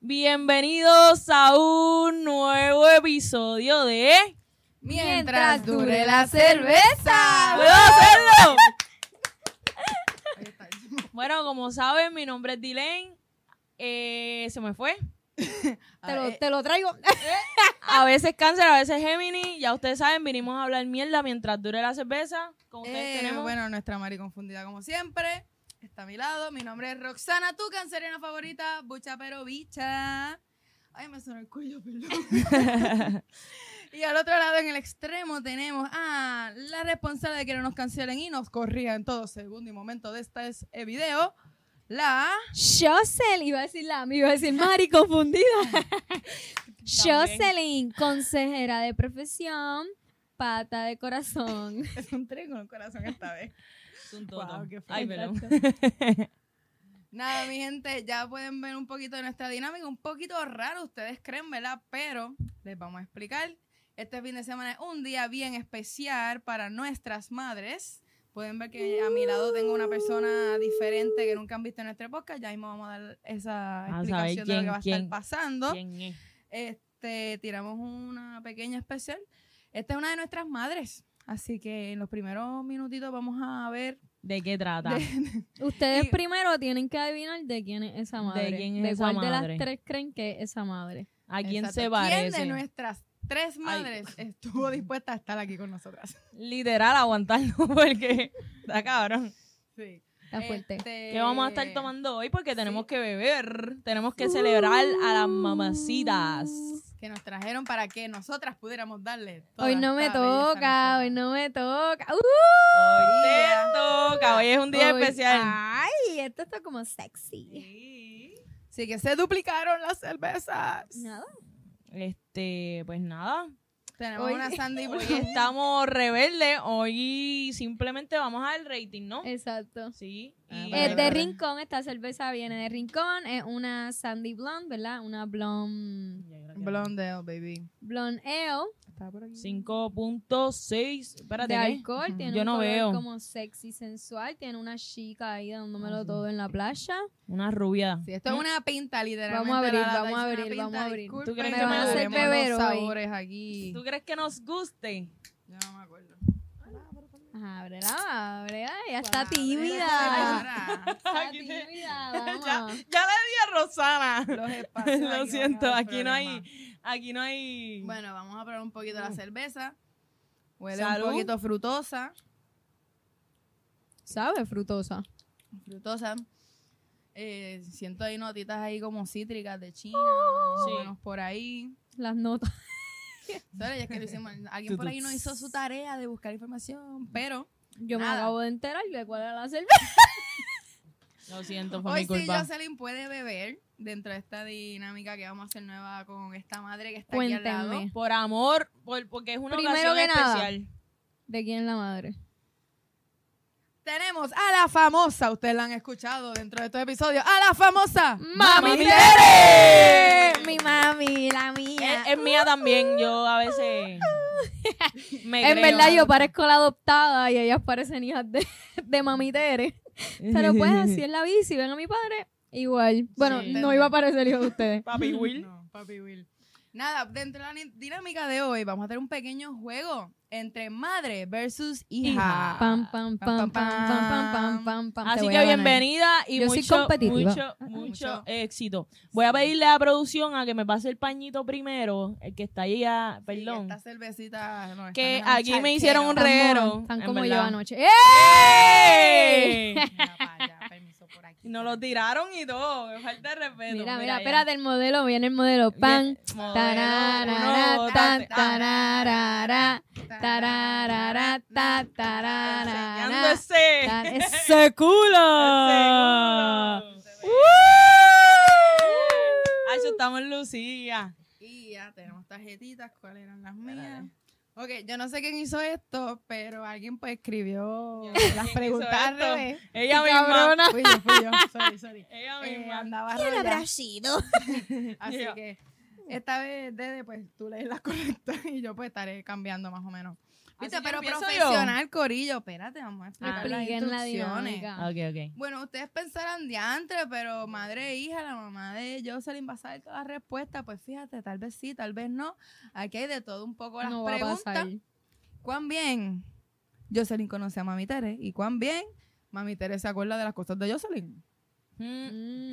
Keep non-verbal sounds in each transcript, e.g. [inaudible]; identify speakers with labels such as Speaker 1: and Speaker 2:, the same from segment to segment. Speaker 1: Bienvenidos a un nuevo episodio de
Speaker 2: Mientras dure la cerveza.
Speaker 1: ¡Puedo hacerlo! bueno, como saben, mi nombre es Dylan. Eh, se me fue.
Speaker 2: Te lo, te
Speaker 1: [laughs]
Speaker 2: lo traigo.
Speaker 1: A veces cáncer, a veces Gemini. Ya ustedes saben, vinimos a hablar mierda mientras dure la cerveza. Como ustedes
Speaker 2: Eh,
Speaker 1: tenemos.
Speaker 2: bueno, nuestra Mari confundida como siempre. Está a mi lado. Mi nombre es Roxana, tu cancerina favorita, bucha pero bicha. Ay, me sonó el cuello, [laughs] perdón. y al otro lado, en el extremo, tenemos a la responsable de que no nos cancelen y nos corría en todo segundo y momento de este es- eh, video, la... [laughs]
Speaker 3: Jocelyn, iba a decir la iba a decir
Speaker 1: [laughs]
Speaker 3: Mari, confundida. Jocelyn, consejera de profesión, pata
Speaker 1: [laughs]
Speaker 3: de corazón.
Speaker 2: Es un trigo en el corazón esta vez.
Speaker 1: Es un toto.
Speaker 2: Guau, qué
Speaker 1: Ay, perdón.
Speaker 2: Nada, mi gente, ya pueden ver un poquito de nuestra dinámica, un poquito raro, ustedes creen, ¿verdad? Pero les vamos a explicar. Este fin de semana es un día bien especial para nuestras madres. Pueden ver que a mi lado tengo una persona diferente que nunca han visto en nuestro podcast. Ya mismo vamos a dar esa
Speaker 1: A saber
Speaker 2: explicación de lo
Speaker 1: quién-
Speaker 2: que va a
Speaker 1: quién-
Speaker 2: estar pasando.
Speaker 1: ¿Quién es?
Speaker 2: Este, tiramos una pequeña especial. Esta es una de nuestras madres. Así que en los primeros minutitos vamos a ver
Speaker 1: ¿De qué trata?
Speaker 2: de-
Speaker 3: Ustedes
Speaker 2: Y-
Speaker 3: primero tienen que adivinar de quién es esa madre.
Speaker 1: quién es esa
Speaker 3: cuál
Speaker 1: madre?
Speaker 3: de las tres creen que es esa madre.
Speaker 1: ¿A quién
Speaker 2: Exacto.
Speaker 1: se
Speaker 2: ¿Quién de
Speaker 1: parece?
Speaker 2: nuestras tres madres estuvo dispuesta a estar aquí
Speaker 1: [laughs]
Speaker 2: con nosotras?
Speaker 1: Literal, aguantarlo [laughs] porque está cabrón.
Speaker 2: Sí.
Speaker 3: Está
Speaker 1: Eh,
Speaker 3: fuerte.
Speaker 1: Este, ¿Qué vamos a
Speaker 2: Eh,
Speaker 1: estar tomando hoy? Porque tenemos que beber. Tenemos que celebrar a las mamacitas.
Speaker 2: Que nos trajeron para que nosotras pudiéramos darle. toda
Speaker 3: Hoy no me
Speaker 2: esta belleza
Speaker 3: toca,
Speaker 2: a
Speaker 3: hoy
Speaker 2: nosotras.
Speaker 3: no me toca. ¡Uh!
Speaker 1: Hoy
Speaker 2: día.
Speaker 1: te toca. Hoy es un día
Speaker 3: Hoy- ah.
Speaker 1: especial.
Speaker 3: Ay, esto está como sexy.
Speaker 2: Así que se duplicaron las cervezas.
Speaker 3: Nada.
Speaker 1: Este, pues nada.
Speaker 2: Tenemos
Speaker 3: Hoy-
Speaker 1: [laughs]
Speaker 2: una Sandy
Speaker 1: Hoy
Speaker 2: Blue.
Speaker 1: estamos rebeldes. Hoy simplemente vamos al rating, ¿no?
Speaker 3: Eh, Exacto.
Speaker 1: Sí.
Speaker 2: Ah,
Speaker 1: y-
Speaker 2: Vale,
Speaker 3: Es de
Speaker 2: vale.
Speaker 3: Rincón, esta cerveza viene de Rincón, es una Sandy Blonde, ¿verdad? Una Blonde,
Speaker 2: [laughs] Blondel, baby.
Speaker 3: blonde Ale
Speaker 2: Estaba por aquí.
Speaker 1: 5.6. Espérate.
Speaker 3: de
Speaker 1: ¿qué?
Speaker 3: alcohol. Tiene
Speaker 1: Ah, Yo
Speaker 3: un
Speaker 1: no
Speaker 3: color
Speaker 1: veo.
Speaker 3: como sexy, sensual. Tiene una chica ahí
Speaker 1: Ah,
Speaker 3: dándomelo
Speaker 1: sí.
Speaker 3: todo en la playa.
Speaker 1: Una rubia.
Speaker 2: Sí, esto es una pinta, literalmente.
Speaker 3: Vamos a abrir,
Speaker 2: la lata
Speaker 3: vamos a
Speaker 2: hizo una
Speaker 3: abrir,
Speaker 2: pinta,
Speaker 3: vamos a abrir.
Speaker 2: disculpen,
Speaker 1: ¿Tú crees
Speaker 2: no
Speaker 1: que me va a hacer
Speaker 2: tenemos
Speaker 3: beber
Speaker 2: los
Speaker 3: hoy?
Speaker 2: sabores aquí.
Speaker 1: ¿Tú crees que nos guste?
Speaker 2: Ya no me acuerdo.
Speaker 3: Ajá, ábrela, ábrela. Ella está
Speaker 2: Ábrela,
Speaker 3: tímida.
Speaker 2: señora.
Speaker 3: Está
Speaker 1: Aquí te-
Speaker 3: tímida,
Speaker 1: ya,
Speaker 3: vamos.
Speaker 1: ya le di a Rosana.
Speaker 2: Los espacios
Speaker 1: [laughs] Lo
Speaker 2: aquí van a
Speaker 1: siento,
Speaker 2: dar
Speaker 1: aquí no hay-
Speaker 2: problemas.
Speaker 1: Aquí no hay.
Speaker 2: Bueno, vamos a probar un poquito la
Speaker 1: Mm.
Speaker 2: cerveza. Huele
Speaker 1: Salud.
Speaker 2: un poquito frutosa.
Speaker 3: Sabe, frutosa.
Speaker 2: Frutosa. Eh, siento ahí notitas ahí como cítricas de China, más
Speaker 1: Oh. Sí.
Speaker 2: o menos por ahí.
Speaker 3: Las notas.
Speaker 2: ¿Sabes? Ya es que lo
Speaker 1: [laughs]
Speaker 2: hicimos. Alguien por ahí no hizo su tarea de buscar información, pero
Speaker 3: Yo
Speaker 2: Nada.
Speaker 3: me acabo de enterar de cuál era la cerveza.
Speaker 1: Lo siento, fue
Speaker 2: hoy
Speaker 1: mi
Speaker 2: sí
Speaker 1: culpa.
Speaker 2: Jocelyn puede beber dentro de esta dinámica que vamos a hacer nueva con esta madre que está aquí al lado.
Speaker 3: Cuéntenme.
Speaker 1: Por amor, por- porque es una
Speaker 3: Primero
Speaker 1: ocasión
Speaker 3: que nada.
Speaker 1: especial.
Speaker 3: ¿De quién es la madre?
Speaker 2: Tenemos a la famosa, ustedes la han escuchado dentro de estos episodios, a la
Speaker 1: Mm.
Speaker 2: famosa
Speaker 3: ¡Mami
Speaker 1: Tere!
Speaker 3: Tere! Mi mami, la mía.
Speaker 1: Es, es mía también, yo a veces me
Speaker 3: en
Speaker 1: creo.
Speaker 3: verdad, yo parezco la adoptada y ellas parecen hijas de, de mami Tere. [laughs] Pero pues
Speaker 1: [laughs]
Speaker 3: así en la bici, ven a mi padre, igual. Bueno,
Speaker 1: Sí.
Speaker 3: no iba a parecer hijo de
Speaker 1: [laughs]
Speaker 3: ustedes.
Speaker 1: Papi
Speaker 2: [laughs]
Speaker 1: Will.
Speaker 2: No, papi Will. Nada, dentro de la ni- dinámica de hoy vamos a hacer un pequeño juego entre madre versus hija.
Speaker 1: Hija.
Speaker 3: Pam, pam, pam, pam,
Speaker 2: Pam, pam,
Speaker 3: pam, pam, pam,
Speaker 2: pam.
Speaker 3: pam, pam. Te
Speaker 1: Así
Speaker 3: voy
Speaker 1: que
Speaker 3: a ganar. Ah,
Speaker 1: bienvenida y
Speaker 3: Yo soy
Speaker 1: mucho,
Speaker 3: competitiva.
Speaker 1: mucho, mucho
Speaker 2: Mucho.
Speaker 1: éxito. Voy a pedirle a producción a que me pase el pañito primero, el que está ahí, a-
Speaker 2: Sí,
Speaker 1: perdón.
Speaker 2: Esta cervecita. no, esta
Speaker 1: que
Speaker 2: no es un
Speaker 1: aquí me
Speaker 2: charquero.
Speaker 1: hicieron un
Speaker 3: Tan mono,
Speaker 1: reguero.
Speaker 3: Tan
Speaker 1: en
Speaker 3: como yo
Speaker 1: verdad.
Speaker 3: anoche. ¡Eh! [laughs]
Speaker 1: ¡Ey!
Speaker 2: Mira pa' allá, permiso por aquí.
Speaker 1: Y nos lo tiraron y todo. Me falta de respeto.
Speaker 3: Mira, mira,
Speaker 1: ya.
Speaker 3: espérate el modelo, viene el modelo. Pan.
Speaker 1: Bien, modelo,
Speaker 3: Tararara,
Speaker 1: uno,
Speaker 3: tan,
Speaker 1: ta-
Speaker 3: tararara, tararara, ta,
Speaker 1: Enseñando
Speaker 3: tararara.
Speaker 1: ese. [laughs]
Speaker 3: Tan- [laughs] ¡Ese culo!
Speaker 1: Seguro. Ay, yo estamos en Lucía.
Speaker 2: Y ya tenemos tarjetitas. ¿Cuáles eran las mías? Ok, yo no sé quién hizo esto, pero alguien pues escribió
Speaker 1: Yo no sé quién
Speaker 2: las
Speaker 1: hizo
Speaker 2: preguntas al
Speaker 1: esto.
Speaker 2: revés.
Speaker 1: Ella
Speaker 3: Qué
Speaker 1: misma.
Speaker 3: cabrona.
Speaker 2: Fui yo, fui yo. Sorry, sorry.
Speaker 1: Ella
Speaker 2: Eh,
Speaker 1: misma.
Speaker 2: andaba rara.
Speaker 3: sido?
Speaker 2: Así
Speaker 1: Mira.
Speaker 2: que Esta vez, Dede, pues tú lees las correctas [laughs] y yo pues estaré cambiando más o menos.
Speaker 1: Así
Speaker 2: Viste,
Speaker 1: que
Speaker 2: pero
Speaker 1: empiezo yo.
Speaker 2: profesional, corillo. Espérate, vamos a explicar
Speaker 3: Expliquen la
Speaker 2: las instrucciones.
Speaker 3: dinámica.
Speaker 1: Ok, ok.
Speaker 2: bueno, ustedes pensarán diantre, pero madre e hija, la mamá de Jocelyn va a saber todas las respuestas. Pues fíjate, tal vez sí, tal vez no. Aquí hay de todo un poco las
Speaker 3: Ah, No va a pasar.
Speaker 2: preguntas. ¿Cuán bien Jocelyn conoce a Mami Tere? ¿Y cuán bien Mami Tere se acuerda de las cosas de Jocelyn?
Speaker 1: Mm.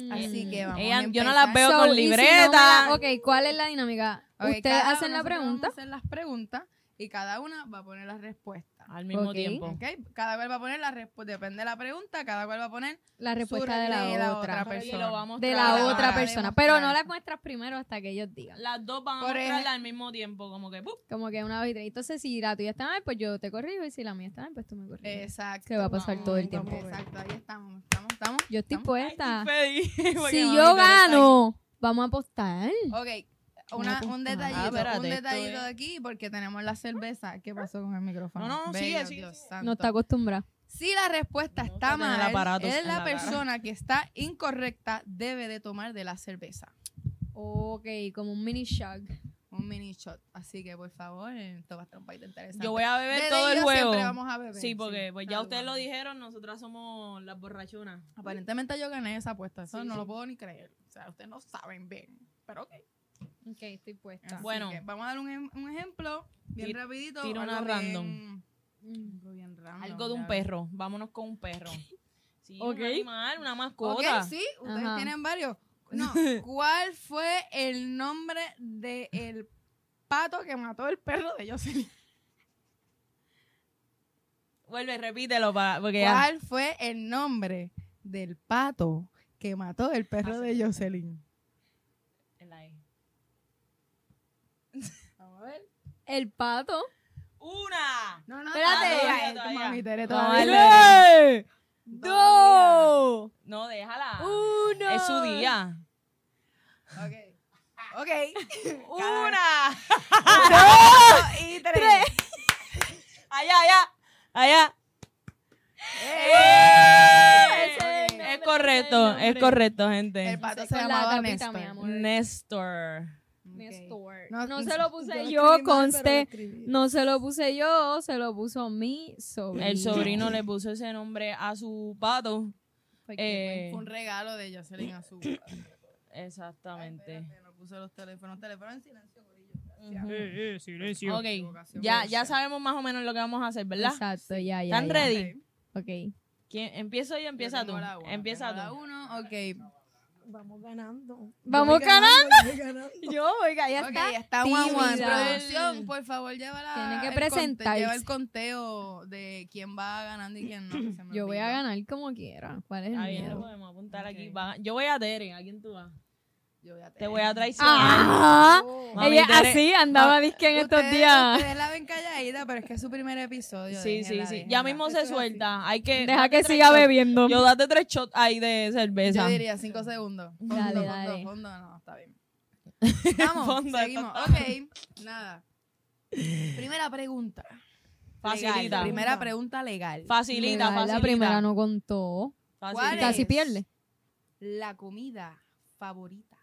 Speaker 3: Mm.
Speaker 2: Así que vamos.
Speaker 1: Ella-
Speaker 2: a
Speaker 1: yo no
Speaker 2: empezar.
Speaker 1: las veo
Speaker 3: So,
Speaker 1: con
Speaker 3: y si no me
Speaker 1: libreta.
Speaker 3: da- ok, ¿cuál es la dinámica?
Speaker 2: Ok,
Speaker 3: Ustedes
Speaker 2: cada
Speaker 3: hacen
Speaker 2: una-
Speaker 3: la
Speaker 2: nosotros
Speaker 3: pregunta.
Speaker 2: Vamos a hacer las preguntas y cada una va a poner la respuesta.
Speaker 3: Ah,
Speaker 1: Al mismo
Speaker 3: Ok.
Speaker 1: tiempo.
Speaker 2: ¿Ok? Cada cual va a poner la respuesta. Depende de la pregunta, cada cual va a poner
Speaker 3: La respuesta
Speaker 2: Su
Speaker 3: de la,
Speaker 2: regla y la
Speaker 3: otra.
Speaker 2: otra
Speaker 1: Pero
Speaker 2: persona.
Speaker 1: yo lo voy a mostrar
Speaker 3: De
Speaker 2: Ahora
Speaker 3: la
Speaker 1: ahora.
Speaker 3: otra
Speaker 2: la
Speaker 3: persona.
Speaker 2: demostrar.
Speaker 3: Pero no la muestras primero hasta que ellos digan.
Speaker 1: Las dos van a
Speaker 2: Por
Speaker 1: mostrarla
Speaker 2: ej-
Speaker 1: al mismo tiempo, como que ¡pup!
Speaker 3: Como que una vez. Entonces, si la tuya está mal, pues yo te corrijo. Y si la mía está mal, pues tú me corriges.
Speaker 2: eh, Exacto.
Speaker 3: Que va a pasar todo el
Speaker 2: vamos,
Speaker 3: tiempo.
Speaker 2: Exacto, ahí estamos. Estamos, estamos.
Speaker 3: yo estoy
Speaker 2: estamos.
Speaker 3: puesta.
Speaker 1: Ay, qué feliz, [laughs] porque
Speaker 3: Si
Speaker 1: mami
Speaker 3: yo
Speaker 1: Tere está aquí.
Speaker 3: gano, vamos a apostar.
Speaker 2: Ok, una-
Speaker 3: Una
Speaker 2: un
Speaker 3: puntada.
Speaker 2: detallito,
Speaker 1: Ah, espérate,
Speaker 2: un
Speaker 1: esto
Speaker 2: detallito
Speaker 1: es-
Speaker 2: de aquí porque tenemos la cerveza. ¿Qué pasó con el micrófono?
Speaker 1: No, no, sigue,
Speaker 2: Bello,
Speaker 1: sigue,
Speaker 2: Dios
Speaker 1: sigue.
Speaker 2: santo.
Speaker 3: No está acostumbrada.
Speaker 2: Si la respuesta
Speaker 1: Me gusta
Speaker 2: está
Speaker 1: tener
Speaker 2: mal,
Speaker 1: aparatos
Speaker 2: es
Speaker 1: en la
Speaker 2: la
Speaker 1: cara.
Speaker 2: persona que está incorrecta debe de tomar de la cerveza.
Speaker 3: Ok, como un mini shock.
Speaker 2: Un mini shot. Así que, por favor, eh, toma trompa y te interesante.
Speaker 1: Yo voy a beber
Speaker 2: Dede
Speaker 1: todo
Speaker 2: y
Speaker 1: el
Speaker 2: yo
Speaker 1: juego.
Speaker 2: siempre vamos a beber.
Speaker 1: Sí, porque pues ya
Speaker 2: claro,
Speaker 1: ustedes lo
Speaker 2: vamos.
Speaker 1: dijeron, nosotras somos las borrachunas.
Speaker 2: Aparentemente yo gané esa apuesta. Eso
Speaker 1: Sí,
Speaker 2: no
Speaker 1: sí.
Speaker 2: lo puedo ni creer. O sea, ustedes no saben bien. Pero ok.
Speaker 3: Ok, estoy puesta.
Speaker 2: Así
Speaker 1: Bueno.
Speaker 2: que vamos a dar un, em- un ejemplo bien
Speaker 1: Ti-
Speaker 2: rapidito.
Speaker 1: tira una
Speaker 2: algo
Speaker 1: random.
Speaker 2: bien-
Speaker 3: Mm.
Speaker 2: algo bien random,
Speaker 1: Algo de un
Speaker 2: Ah, ya.
Speaker 1: perro. Vámonos con un perro. Sí,
Speaker 3: Ok.
Speaker 1: un animal, una
Speaker 2: Ok,
Speaker 1: mascota.
Speaker 2: sí, ustedes
Speaker 3: Ajá.
Speaker 2: tienen varios.
Speaker 1: [laughs]
Speaker 2: No, ¿cuál fue el nombre del pato que mató el perro de Jocelyn?
Speaker 1: Vuelve, repítelo para, porque ya.
Speaker 2: ¿Cuál fue el nombre del pato que mató el perro de Jocelyn?
Speaker 1: El aire.
Speaker 2: Vamos a ver.
Speaker 3: El pato.
Speaker 1: Una.
Speaker 2: No, no,
Speaker 3: Espérate.
Speaker 2: todavía,
Speaker 1: Todavía,
Speaker 2: mami, Tere,
Speaker 1: todavía.
Speaker 2: todavía.
Speaker 3: ¡Tres! ¡Dos!
Speaker 1: No, déjala.
Speaker 3: ¡Uno!
Speaker 1: Ah, Es su día.
Speaker 2: Ok.
Speaker 3: [laughs]
Speaker 2: Ok.
Speaker 1: Una.
Speaker 2: Dos y tres.
Speaker 1: Allá, allá. Allá.
Speaker 2: Eh.
Speaker 3: Ese es el
Speaker 1: Eh, Es
Speaker 3: nombre,
Speaker 1: correcto,
Speaker 3: ese es el
Speaker 1: es
Speaker 3: nombre.
Speaker 1: correcto, gente.
Speaker 2: El pato
Speaker 3: Ese
Speaker 2: se
Speaker 3: con la
Speaker 2: llamaba
Speaker 3: tapita,
Speaker 2: Néstor.
Speaker 3: mi amor.
Speaker 1: Néstor.
Speaker 3: Néstor.
Speaker 2: No,
Speaker 3: No,
Speaker 2: no
Speaker 3: se lo puse
Speaker 2: escribí
Speaker 3: yo,
Speaker 2: mal, pero lo
Speaker 3: conste.
Speaker 2: escribí.
Speaker 3: No se lo puse yo, se lo puso mi sobrino.
Speaker 1: El sobrino le puso ese nombre a su pato.
Speaker 3: Porque,
Speaker 1: eh,
Speaker 2: Fue un regalo de Jocelyn a su
Speaker 1: Exactamente.
Speaker 2: Espérate, no puse los teléfonos. Teléfono en silencio, corillo. Gracias.
Speaker 1: Ujú.
Speaker 4: silencio.
Speaker 1: Ok,
Speaker 2: Equivocación.
Speaker 1: ya, ya sabemos más o menos lo que vamos a hacer, ¿verdad?
Speaker 3: Exacto, ya, ya.
Speaker 1: ¿Están
Speaker 3: ya.
Speaker 1: ready?
Speaker 2: Ok,
Speaker 3: Ok.
Speaker 1: ¿Quién? Empiezo yo, empieza
Speaker 2: yo
Speaker 1: tú.
Speaker 2: tengo la uno,
Speaker 1: Empieza
Speaker 2: tengo
Speaker 1: tú.
Speaker 2: La uno, ok.
Speaker 1: [laughs]
Speaker 3: Vamos ganando. Yo, oiga, ya
Speaker 2: Ok,
Speaker 3: está.
Speaker 2: está Juan Juan.
Speaker 3: tímida.
Speaker 2: Producción, por favor, lleva la.
Speaker 3: Tiene que
Speaker 2: el conte-
Speaker 3: presentarse.
Speaker 2: Lleva el conteo de quién va ganando y quién no. que se me
Speaker 3: Yo voy a
Speaker 2: olvidó.
Speaker 3: ganar como quiera. ¿Cuál es el
Speaker 1: Está bien, lo
Speaker 3: miedo?
Speaker 1: podemos apuntar aquí.
Speaker 2: Ok.
Speaker 1: Va- Yo voy a Tere, ¿a quién tú vas?
Speaker 2: Yo voy a
Speaker 1: Te voy a traicionar.
Speaker 3: ¡Ah!
Speaker 2: Oh.
Speaker 1: Mami,
Speaker 3: Ella
Speaker 1: Tere-
Speaker 3: así andaba disque en estos
Speaker 2: Ustedes-
Speaker 3: días.
Speaker 2: Ustedes la ven calladita, pero es que es su primer episodio.
Speaker 1: sí, sí,
Speaker 2: déjenla,
Speaker 1: sí.
Speaker 2: déjenla.
Speaker 1: Ya mismo
Speaker 2: Eso
Speaker 1: se
Speaker 2: es así.
Speaker 1: suelta. Hay que.
Speaker 3: [laughs] Deja
Speaker 1: date
Speaker 3: que
Speaker 1: tres
Speaker 3: siga
Speaker 1: shots.
Speaker 3: bebiendo.
Speaker 1: Yo date tres shots ahí de cerveza.
Speaker 2: Yo diría cinco segundos. Fondo,
Speaker 3: Dale,
Speaker 2: fondo,
Speaker 3: dale.
Speaker 2: fondo, no, está
Speaker 3: [laughs]
Speaker 2: bien. Vamos,
Speaker 1: Fondo,
Speaker 2: seguimos.
Speaker 1: está-
Speaker 2: Ok, nada. Primera pregunta.
Speaker 1: Facilita.
Speaker 2: Legal, Primera pregunta legal.
Speaker 1: Facilita,
Speaker 3: Legal,
Speaker 1: facilita.
Speaker 3: La primera no contó.
Speaker 2: ¿Cuál
Speaker 3: Y
Speaker 1: Facilita.
Speaker 2: es?
Speaker 3: Casi pierde.
Speaker 2: La comida favorita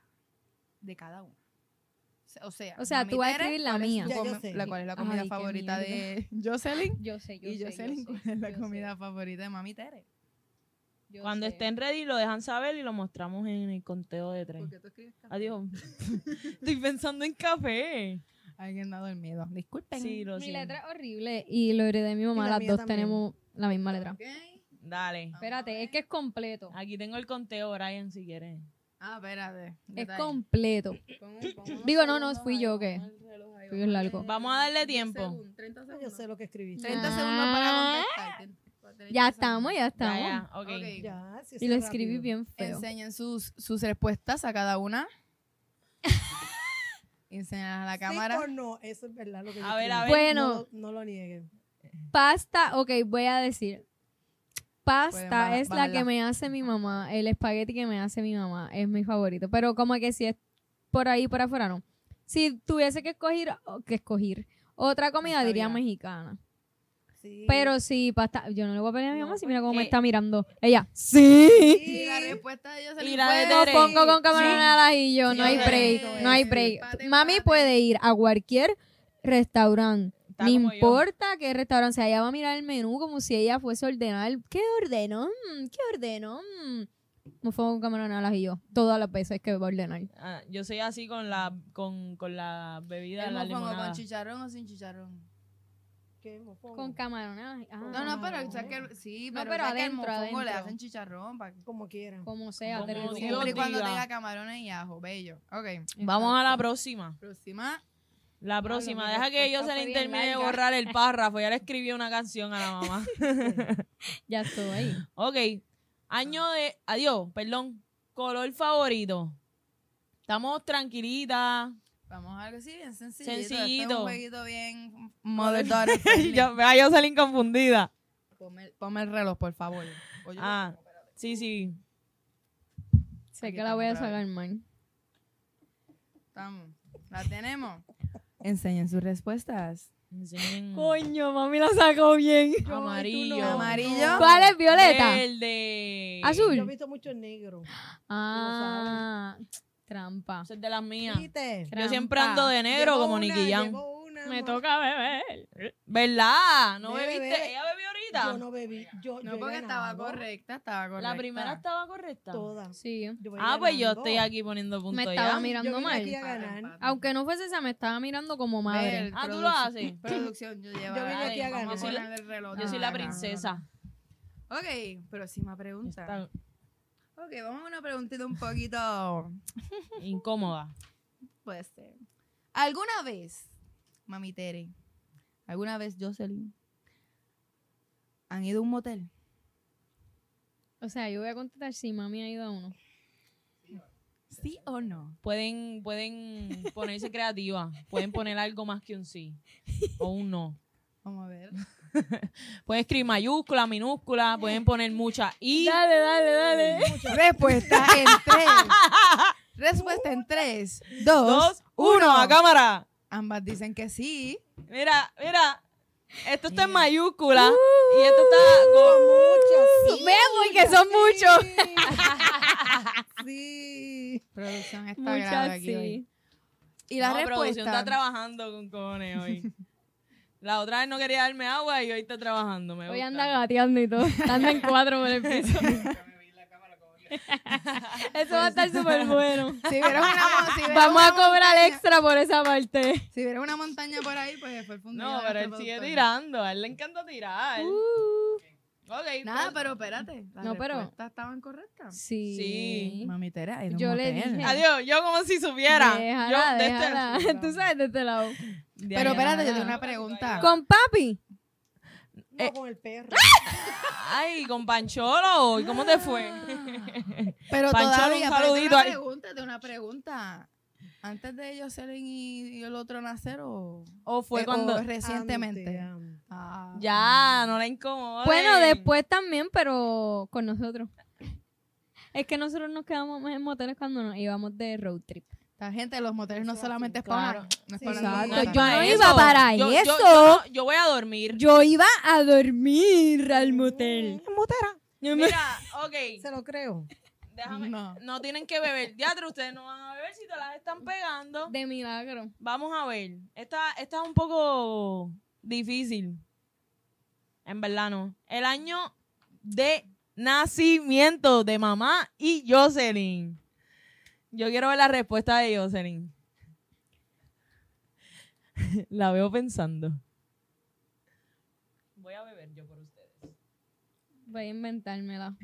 Speaker 2: de cada uno. O sea,
Speaker 3: O sea,
Speaker 2: mami
Speaker 3: tú vas a
Speaker 2: Tere,
Speaker 3: escribir la
Speaker 2: ¿cuál es
Speaker 3: mía.
Speaker 2: tu
Speaker 5: Ya yo
Speaker 2: comi-
Speaker 5: sé.
Speaker 2: La cual es la
Speaker 3: Ay,
Speaker 2: comida
Speaker 3: qué
Speaker 2: favorita
Speaker 3: mierda.
Speaker 2: de [laughs] Jocelyn.
Speaker 3: Yo sé,
Speaker 2: y Jocelyn, ¿cuál es la comida favorita de Mami Tere?
Speaker 1: Cuando estén ready, lo dejan saber y lo mostramos en el conteo de tres.
Speaker 2: ¿Por qué tú escribes café?
Speaker 1: Adiós. [laughs] Estoy pensando en café.
Speaker 2: Alguien ha dormido. Disculpen.
Speaker 1: Sí, lo
Speaker 3: Mi
Speaker 1: siento.
Speaker 3: letra es horrible y lo de mi
Speaker 5: Y
Speaker 3: mamá,
Speaker 5: la
Speaker 3: las
Speaker 5: mía
Speaker 3: dos
Speaker 5: también.
Speaker 3: tenemos la misma letra.
Speaker 2: Ok.
Speaker 1: Dale.
Speaker 2: Vamos a
Speaker 3: Espérate,
Speaker 2: ver.
Speaker 3: es que es completo.
Speaker 1: Aquí tengo el conteo, Brian, si quieres.
Speaker 2: Ah, espérate.
Speaker 3: Es
Speaker 2: Detalle.
Speaker 3: completo.
Speaker 2: Pon un- pon unos
Speaker 3: Digo, no, no,
Speaker 2: segundos
Speaker 3: fui
Speaker 2: ahí,
Speaker 3: yo,
Speaker 2: pon
Speaker 3: ¿qué?
Speaker 2: el reloj ahí,
Speaker 3: Fui yo el
Speaker 2: a
Speaker 3: largo.
Speaker 2: darle
Speaker 1: Vamos a darle
Speaker 2: 10
Speaker 1: tiempo.
Speaker 2: segun- 30
Speaker 5: Yo sé
Speaker 2: segundos.
Speaker 5: lo que escribí.
Speaker 2: 30
Speaker 3: Ah.
Speaker 2: segundos para contestar.
Speaker 3: Ya estamos, ya estamos.
Speaker 1: Ya, ya, ok.
Speaker 2: Ok.
Speaker 5: Ya,
Speaker 3: Y
Speaker 5: si es
Speaker 3: lo
Speaker 5: rápido.
Speaker 3: escribí bien feo.
Speaker 2: Enseñen sus, sus respuestas a cada una.
Speaker 3: [laughs]
Speaker 2: Enseñan a la
Speaker 5: Sí
Speaker 2: cámara.
Speaker 5: o no, eso es verdad lo que yo
Speaker 1: A ver, a
Speaker 5: escribí.
Speaker 1: ver.
Speaker 3: Bueno.
Speaker 5: No, lo- no lo nieguen.
Speaker 3: Pasta, ok, voy a decir.
Speaker 2: Pueden
Speaker 3: Pasta
Speaker 2: baja-
Speaker 3: es la
Speaker 2: bajarla.
Speaker 3: que me hace mi mamá. El espagueti que me hace mi mamá es mi favorito. Pero como que si es por ahí, por afuera, no. Si tuviese que escoger, o- que escoger otra comida, diría
Speaker 2: Navidad.
Speaker 3: mexicana.
Speaker 5: Sí, sí.
Speaker 3: Pero sí, pasta, yo no le voy a pelear a mi
Speaker 5: No,
Speaker 3: mamá si mira cómo me
Speaker 1: porque-
Speaker 3: está mirando. Ella, sí.
Speaker 2: Y la respuesta de ellos se
Speaker 1: Y
Speaker 2: le
Speaker 1: la de
Speaker 2: fue.
Speaker 3: Lo
Speaker 1: Tere.
Speaker 3: pongo con camaronadas y yo,
Speaker 2: Sí,
Speaker 3: no hay
Speaker 2: es
Speaker 3: break,
Speaker 2: correcto,
Speaker 3: no hay
Speaker 2: es.
Speaker 3: break.
Speaker 2: Empate,
Speaker 3: Mami
Speaker 2: empate.
Speaker 3: puede ir a cualquier restaurante.
Speaker 1: Está
Speaker 3: No
Speaker 1: como yo.
Speaker 3: importa qué restaurante sea, ella va a mirar el menú como si ella fuese a ordenar. ¿Qué ordenó? Mm, ¿Qué ordenó? Mm. Me pongo con camaronadas y yo, todas las veces que va a ordenar.
Speaker 1: Ah, yo soy así con la con, con la bebida,
Speaker 2: El
Speaker 1: la
Speaker 2: mofongo con
Speaker 1: limonada.
Speaker 2: chicharrón o sin chicharrón.
Speaker 5: ¿Qué, mofongo?
Speaker 3: Con camaronadas. ah,
Speaker 2: No, no, pero
Speaker 5: no.
Speaker 2: o sea, que, sí,
Speaker 3: No,
Speaker 2: pero,
Speaker 3: pero
Speaker 2: o sea, que el
Speaker 3: adentro,
Speaker 2: mofongo le
Speaker 3: adentro.
Speaker 2: hacen chicharrón. Para...
Speaker 5: Como quiera.
Speaker 3: Como sea,
Speaker 1: Como
Speaker 3: te lo-
Speaker 1: Oh, Dios
Speaker 2: Siempre y cuando
Speaker 1: diga.
Speaker 2: tenga camarones y ajo, bello. Ok.
Speaker 1: Vamos a la próxima.
Speaker 2: Próxima.
Speaker 1: La
Speaker 3: mi
Speaker 1: próxima, Pues deja que yo
Speaker 3: respuesta
Speaker 1: se le
Speaker 3: fue bien
Speaker 1: termine de
Speaker 3: larga.
Speaker 1: borrar el párrafo. Ya le escribí una canción a la [laughs] mamá.
Speaker 3: Ya estoy ahí.
Speaker 1: Ok. Año de. Adiós, perdón. Color favorito. Estamos tranquilitas.
Speaker 2: Vamos a algo así bien sencillito. Este es
Speaker 1: Sencillito.
Speaker 2: un jueguito bien mother [laughs] daughter friendly.
Speaker 1: yo, vea, yo salí confundida.
Speaker 2: Ponme, el- ponme el reloj, por favor. O yo-
Speaker 1: Ah, sí, sí.
Speaker 3: Sé
Speaker 2: Aquí
Speaker 3: que la voy a
Speaker 2: estamos, bravo.
Speaker 3: sacar mal.
Speaker 1: Mm.
Speaker 2: Estamos. ¿La tenemos? Enseñen sus respuestas.
Speaker 1: Enseñen
Speaker 3: Coño, mami la sacó bien.
Speaker 1: Amarillo. Ah,
Speaker 2: Amarillo.
Speaker 3: ¿Cuál es violeta?
Speaker 1: Verde.
Speaker 3: Azul.
Speaker 5: Yo he visto mucho negro.
Speaker 3: Ah, trampa.
Speaker 1: Esa es de las mías.
Speaker 5: ¿Viste?
Speaker 1: Yo siempre ando de negro
Speaker 5: Llegó
Speaker 1: como
Speaker 5: una,
Speaker 1: Nicky Jam.
Speaker 5: llegó una,
Speaker 3: Me
Speaker 5: ma-
Speaker 3: toca beber.
Speaker 1: ¿Verdad? ¿No
Speaker 5: Bebe,
Speaker 1: bebiste?
Speaker 5: bebe.
Speaker 1: ¿Ella bebió ahorita?
Speaker 5: Yo no bebí. Yo, yo
Speaker 2: No,
Speaker 5: he
Speaker 2: porque estaba
Speaker 5: ganado
Speaker 2: correcta, estaba correcta.
Speaker 1: La primera estaba correcta.
Speaker 5: Toda.
Speaker 3: Sí.
Speaker 5: Yo voy
Speaker 1: Ah, pues yo
Speaker 5: ganando.
Speaker 1: estoy aquí poniendo punto
Speaker 3: Me
Speaker 1: ya.
Speaker 3: estaba mirando
Speaker 5: Yo vine
Speaker 3: mal.
Speaker 5: aquí a ganar.
Speaker 2: Empate, empate.
Speaker 3: Aunque no fuese esa, me estaba mirando como madre.
Speaker 2: Ver,
Speaker 1: Ah, tú
Speaker 2: producción-
Speaker 1: lo
Speaker 3: [laughs]
Speaker 1: haces.
Speaker 2: Producción, yo llevo.
Speaker 5: Yo vine
Speaker 1: Ay,
Speaker 5: aquí a
Speaker 1: vamos
Speaker 5: ganar.
Speaker 1: a poner-
Speaker 2: el reloj.
Speaker 1: Yo soy
Speaker 2: Ah,
Speaker 1: la
Speaker 2: no, no, no.
Speaker 1: princesa.
Speaker 2: Ok, próxima pregunta.
Speaker 1: Está
Speaker 2: Ok, vamos a una preguntita un poquito.
Speaker 1: incómoda.
Speaker 2: Puede ser. ¿Alguna vez, mami Tere, alguna vez Jocelyn, han ido a un motel?
Speaker 3: O sea, yo voy a contestar si mami ha ido a uno.
Speaker 2: ¿Sí o no?
Speaker 1: Pueden, pueden ponerse creativas. Pueden poner algo más que un sí o un no.
Speaker 2: Vamos a
Speaker 1: [laughs]
Speaker 2: ver.
Speaker 1: Pueden escribir mayúscula, minúscula. Pueden poner muchas y.
Speaker 3: dale, dale.
Speaker 2: Respuesta en tres. Respuesta en tres, dos,
Speaker 1: Dos, uno, a cámara.
Speaker 2: Ambas dicen que sí.
Speaker 1: Mira, mira. Esto está en mayúscula y esto está con Uh. muchas.
Speaker 3: Vemos y que son muchos.
Speaker 2: [laughs]
Speaker 5: Sí.
Speaker 2: Producción está grave
Speaker 3: Muchas,
Speaker 2: aquí hoy.
Speaker 3: sí.
Speaker 2: Y la
Speaker 1: No, producción
Speaker 2: respuesta.
Speaker 1: está trabajando con cojones hoy. [laughs] La otra vez no quería darme agua y hoy está trabajando. Me
Speaker 3: Hoy
Speaker 1: gusta.
Speaker 3: anda gateando y todo. Anda en cuatro por el piso. [laughs] Eso va a estar súper bueno.
Speaker 2: si vieras una, mo- si vieras
Speaker 3: Vamos a
Speaker 2: una montaña-
Speaker 3: cobrar extra por esa parte.
Speaker 2: Si vieras una montaña por ahí, pues fue el fundillo
Speaker 1: No,
Speaker 2: de
Speaker 1: pero él
Speaker 2: nuestro
Speaker 1: sigue
Speaker 2: productor.
Speaker 1: tirando. A él le encanta tirar.
Speaker 3: Uh,
Speaker 1: Ok, pues,
Speaker 2: Nada, Ah, pero espérate. Las
Speaker 3: No, pero-
Speaker 2: respuestas estaban correctas.
Speaker 3: sí.
Speaker 1: Sí.
Speaker 2: Mami Tera,
Speaker 3: en un Yo le motel. dije-
Speaker 1: Adiós, yo como si supiera.
Speaker 3: Déjala,
Speaker 1: yo, de este-
Speaker 3: déjala. Tú sabes de este
Speaker 1: [laughs]
Speaker 3: lado.
Speaker 1: de allá.
Speaker 2: Pero espérate, yo tengo una pregunta.
Speaker 3: Con papi.
Speaker 5: No,
Speaker 1: Eh.
Speaker 5: con el perro.
Speaker 1: Ay, con Pancholo, ¿y cómo te fue? Ah.
Speaker 2: Pero
Speaker 1: Pancholo,
Speaker 2: todavía,
Speaker 1: un
Speaker 2: pero tengo
Speaker 1: saludito
Speaker 2: una
Speaker 1: ahí.
Speaker 2: pregunta, tengo una pregunta. Antes de Jocelyn y, y el otro nacer o,
Speaker 1: [laughs] ¿O fue
Speaker 2: eh,
Speaker 1: cuando
Speaker 2: o recientemente?
Speaker 5: Ante, am.
Speaker 2: Ah.
Speaker 1: ya no la incomoda?
Speaker 3: Bueno, después también, pero con nosotros. Es que nosotros nos quedamos en moteles cuando nos íbamos de road trip.
Speaker 2: La gente, los moteles no
Speaker 5: Eso
Speaker 2: solamente es
Speaker 1: claro.
Speaker 2: para una- no es
Speaker 5: Sí.
Speaker 2: para una
Speaker 3: Exacto,
Speaker 2: montaña.
Speaker 3: Pues yo no
Speaker 1: Eso,
Speaker 3: iba para
Speaker 1: yo- yo-
Speaker 3: eso.
Speaker 1: Yo, yo voy a dormir.
Speaker 3: Yo iba a dormir al motel.
Speaker 1: Mira, ok,
Speaker 3: [laughs]
Speaker 5: Se lo creo.
Speaker 1: déjame. No.
Speaker 2: No.
Speaker 1: tienen que beber. Diatra, ustedes no van a beber si te las están pegando.
Speaker 3: De milagro.
Speaker 1: Vamos a ver. Esta, esta es un poco difícil. En verdad no. El año de nacimiento de mamá y Jocelyn. Yo quiero ver la respuesta de Jocelyn. [laughs] La veo pensando. Voy a beber yo por ustedes.
Speaker 3: Voy a inventármela.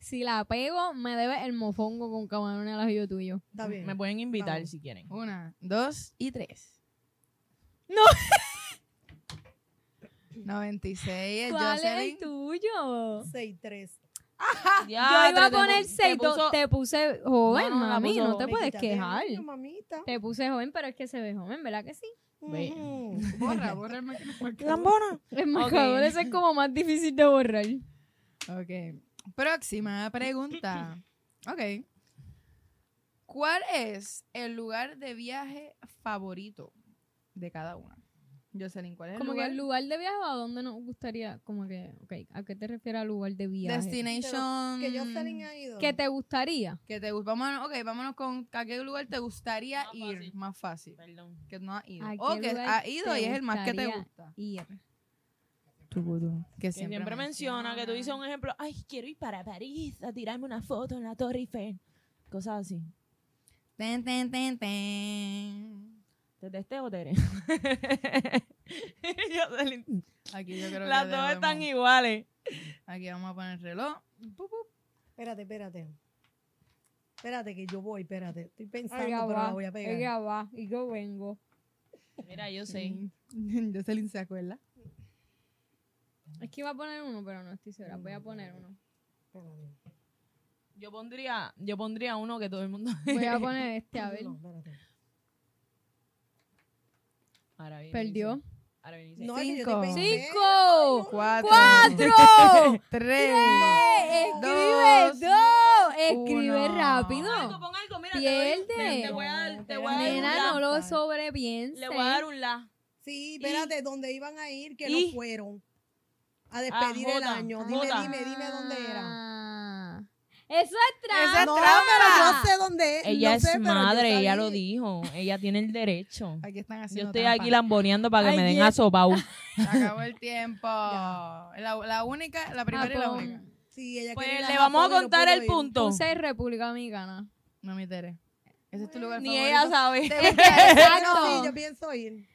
Speaker 3: si la pego, me debe el mofongo con camarón al ajillo tuyo.
Speaker 5: Está bien.
Speaker 1: Me pueden invitar
Speaker 5: Vamos.
Speaker 1: si quieren.
Speaker 2: Una, dos y tres. [laughs]
Speaker 3: No.
Speaker 1: Eh,
Speaker 2: 96 es
Speaker 3: ¿Cuál es
Speaker 2: Jocelyn.
Speaker 3: el tuyo?
Speaker 5: 6-3.
Speaker 3: Yo iba a
Speaker 1: Ah, te-
Speaker 3: poner
Speaker 1: te
Speaker 3: 6
Speaker 1: puso-
Speaker 3: Te puse joven,
Speaker 1: No, no, la
Speaker 3: mami.
Speaker 1: puso
Speaker 3: no te
Speaker 1: joven.
Speaker 3: puedes
Speaker 5: Quítate de
Speaker 3: quejar.
Speaker 5: año, mamita.
Speaker 3: Te puse joven, pero es que se ve joven, ¿verdad que sí?
Speaker 1: Ve.
Speaker 5: Ujú.
Speaker 2: Borra, borra el marcador.
Speaker 5: Lambona.
Speaker 3: El
Speaker 1: marcador,
Speaker 3: eso es como más difícil de borrar.
Speaker 2: Ok. Próxima pregunta. Ok. ¿Cuál es el lugar de viaje favorito de cada una? Jocelyn, ¿cuál es el
Speaker 3: Como que
Speaker 2: lugar?
Speaker 3: el lugar de viaje o a dónde nos gustaría, como que, ok, ¿a qué te refieres al lugar de viaje?
Speaker 2: Destination.
Speaker 5: Que Jocelyn ha ido.
Speaker 3: ¿Qué te gustaría?
Speaker 2: Que te gusta. Vámonos, ok, vámonos con a qué lugar te gustaría
Speaker 1: Más
Speaker 2: ir
Speaker 1: fácil.
Speaker 2: más fácil.
Speaker 1: Perdón.
Speaker 2: Que no has ido.
Speaker 3: ¿A
Speaker 2: O
Speaker 3: qué
Speaker 2: que
Speaker 3: lugar
Speaker 2: has ido
Speaker 3: te
Speaker 2: y es el más que te
Speaker 3: gustaría
Speaker 2: gusta.
Speaker 3: Ir.
Speaker 2: Que
Speaker 1: Que siempre, menciona, que tú dices un ejemplo, ay, quiero ir para París a tirarme una foto en la Torre Eiffel. Cosas así.
Speaker 2: Ten, ten, ten, ten.
Speaker 1: ¿Te testeo, Tere? [laughs] Jocelyn,
Speaker 2: Aquí yo creo
Speaker 1: Las
Speaker 2: que
Speaker 1: dos están
Speaker 2: debemos-
Speaker 1: iguales.
Speaker 2: Aquí vamos a poner el reloj. Pu, pu.
Speaker 5: Espérate, espérate. Espérate, que yo voy, espérate. Estoy pensando,
Speaker 3: Oiga,
Speaker 5: pero
Speaker 3: va,
Speaker 5: la voy a pegar.
Speaker 3: oiga, va, y yo vengo.
Speaker 1: Mira, yo sé.
Speaker 2: [laughs] Jocelyn Mm. se acuerda.
Speaker 3: Es que iba a poner uno, pero no estoy segura. Voy a poner uno.
Speaker 5: Espérate.
Speaker 1: Yo pondría, yo pondría uno que todo el mundo. [laughs]
Speaker 3: Voy a poner este, a ver.
Speaker 5: No, espérate.
Speaker 1: Ahora viene
Speaker 3: Perdió.
Speaker 1: Isel. Ahora viene Isel.
Speaker 5: No, es que yo
Speaker 2: Cinco.
Speaker 5: te pensé.
Speaker 3: ¡Cinco!
Speaker 2: Oh, Cuatro.
Speaker 3: ¡Cuatro!
Speaker 2: [laughs] Tres.
Speaker 3: ¡Eh,
Speaker 2: Dos.
Speaker 3: Escribe dos. Escribe
Speaker 2: uno.
Speaker 1: Pon algo,
Speaker 3: rápido.
Speaker 1: pon algo, mira. te doy-
Speaker 3: Pierde.
Speaker 1: Te voy a dar, te voy a dar un
Speaker 3: Nena,
Speaker 1: la.
Speaker 3: no lo sobrepienses.
Speaker 1: Le voy a dar un la.
Speaker 5: Sí, espérate, ¿dónde iban a ir que
Speaker 1: Y-
Speaker 5: no fueron? A despedir el
Speaker 1: Jota,
Speaker 5: año. Dime,
Speaker 1: Jota.
Speaker 5: dime, dime dónde era.
Speaker 3: Ah. Eso es trampa.
Speaker 5: Esa no, pero yo sé dónde es.
Speaker 1: Ella
Speaker 5: no sé,
Speaker 1: es
Speaker 5: pero yo
Speaker 1: madre, ella
Speaker 5: sabía.
Speaker 1: lo dijo. Ella tiene el derecho.
Speaker 2: Aquí están haciendo
Speaker 1: Yo estoy
Speaker 2: trampa.
Speaker 1: aquí lamboneando para que me
Speaker 3: Ay,
Speaker 1: den
Speaker 3: yes.
Speaker 1: a sopau.
Speaker 2: Se acabó el [laughs] tiempo. La, la única, la primera y la
Speaker 3: Japón.
Speaker 2: única.
Speaker 5: Sí, ella
Speaker 1: Pues
Speaker 5: quería ir
Speaker 1: le
Speaker 5: a
Speaker 1: vamos a
Speaker 5: Japón y no
Speaker 1: contar
Speaker 5: pudo
Speaker 1: el
Speaker 5: ir.
Speaker 1: punto.
Speaker 3: Puse República Dominicana.
Speaker 2: No me Tere. Ese es tu lugar
Speaker 1: Ni
Speaker 2: favorito.
Speaker 1: ella sabe.
Speaker 2: Te gustaría-
Speaker 5: No,
Speaker 3: Exacto.
Speaker 5: sí, yo pienso ir.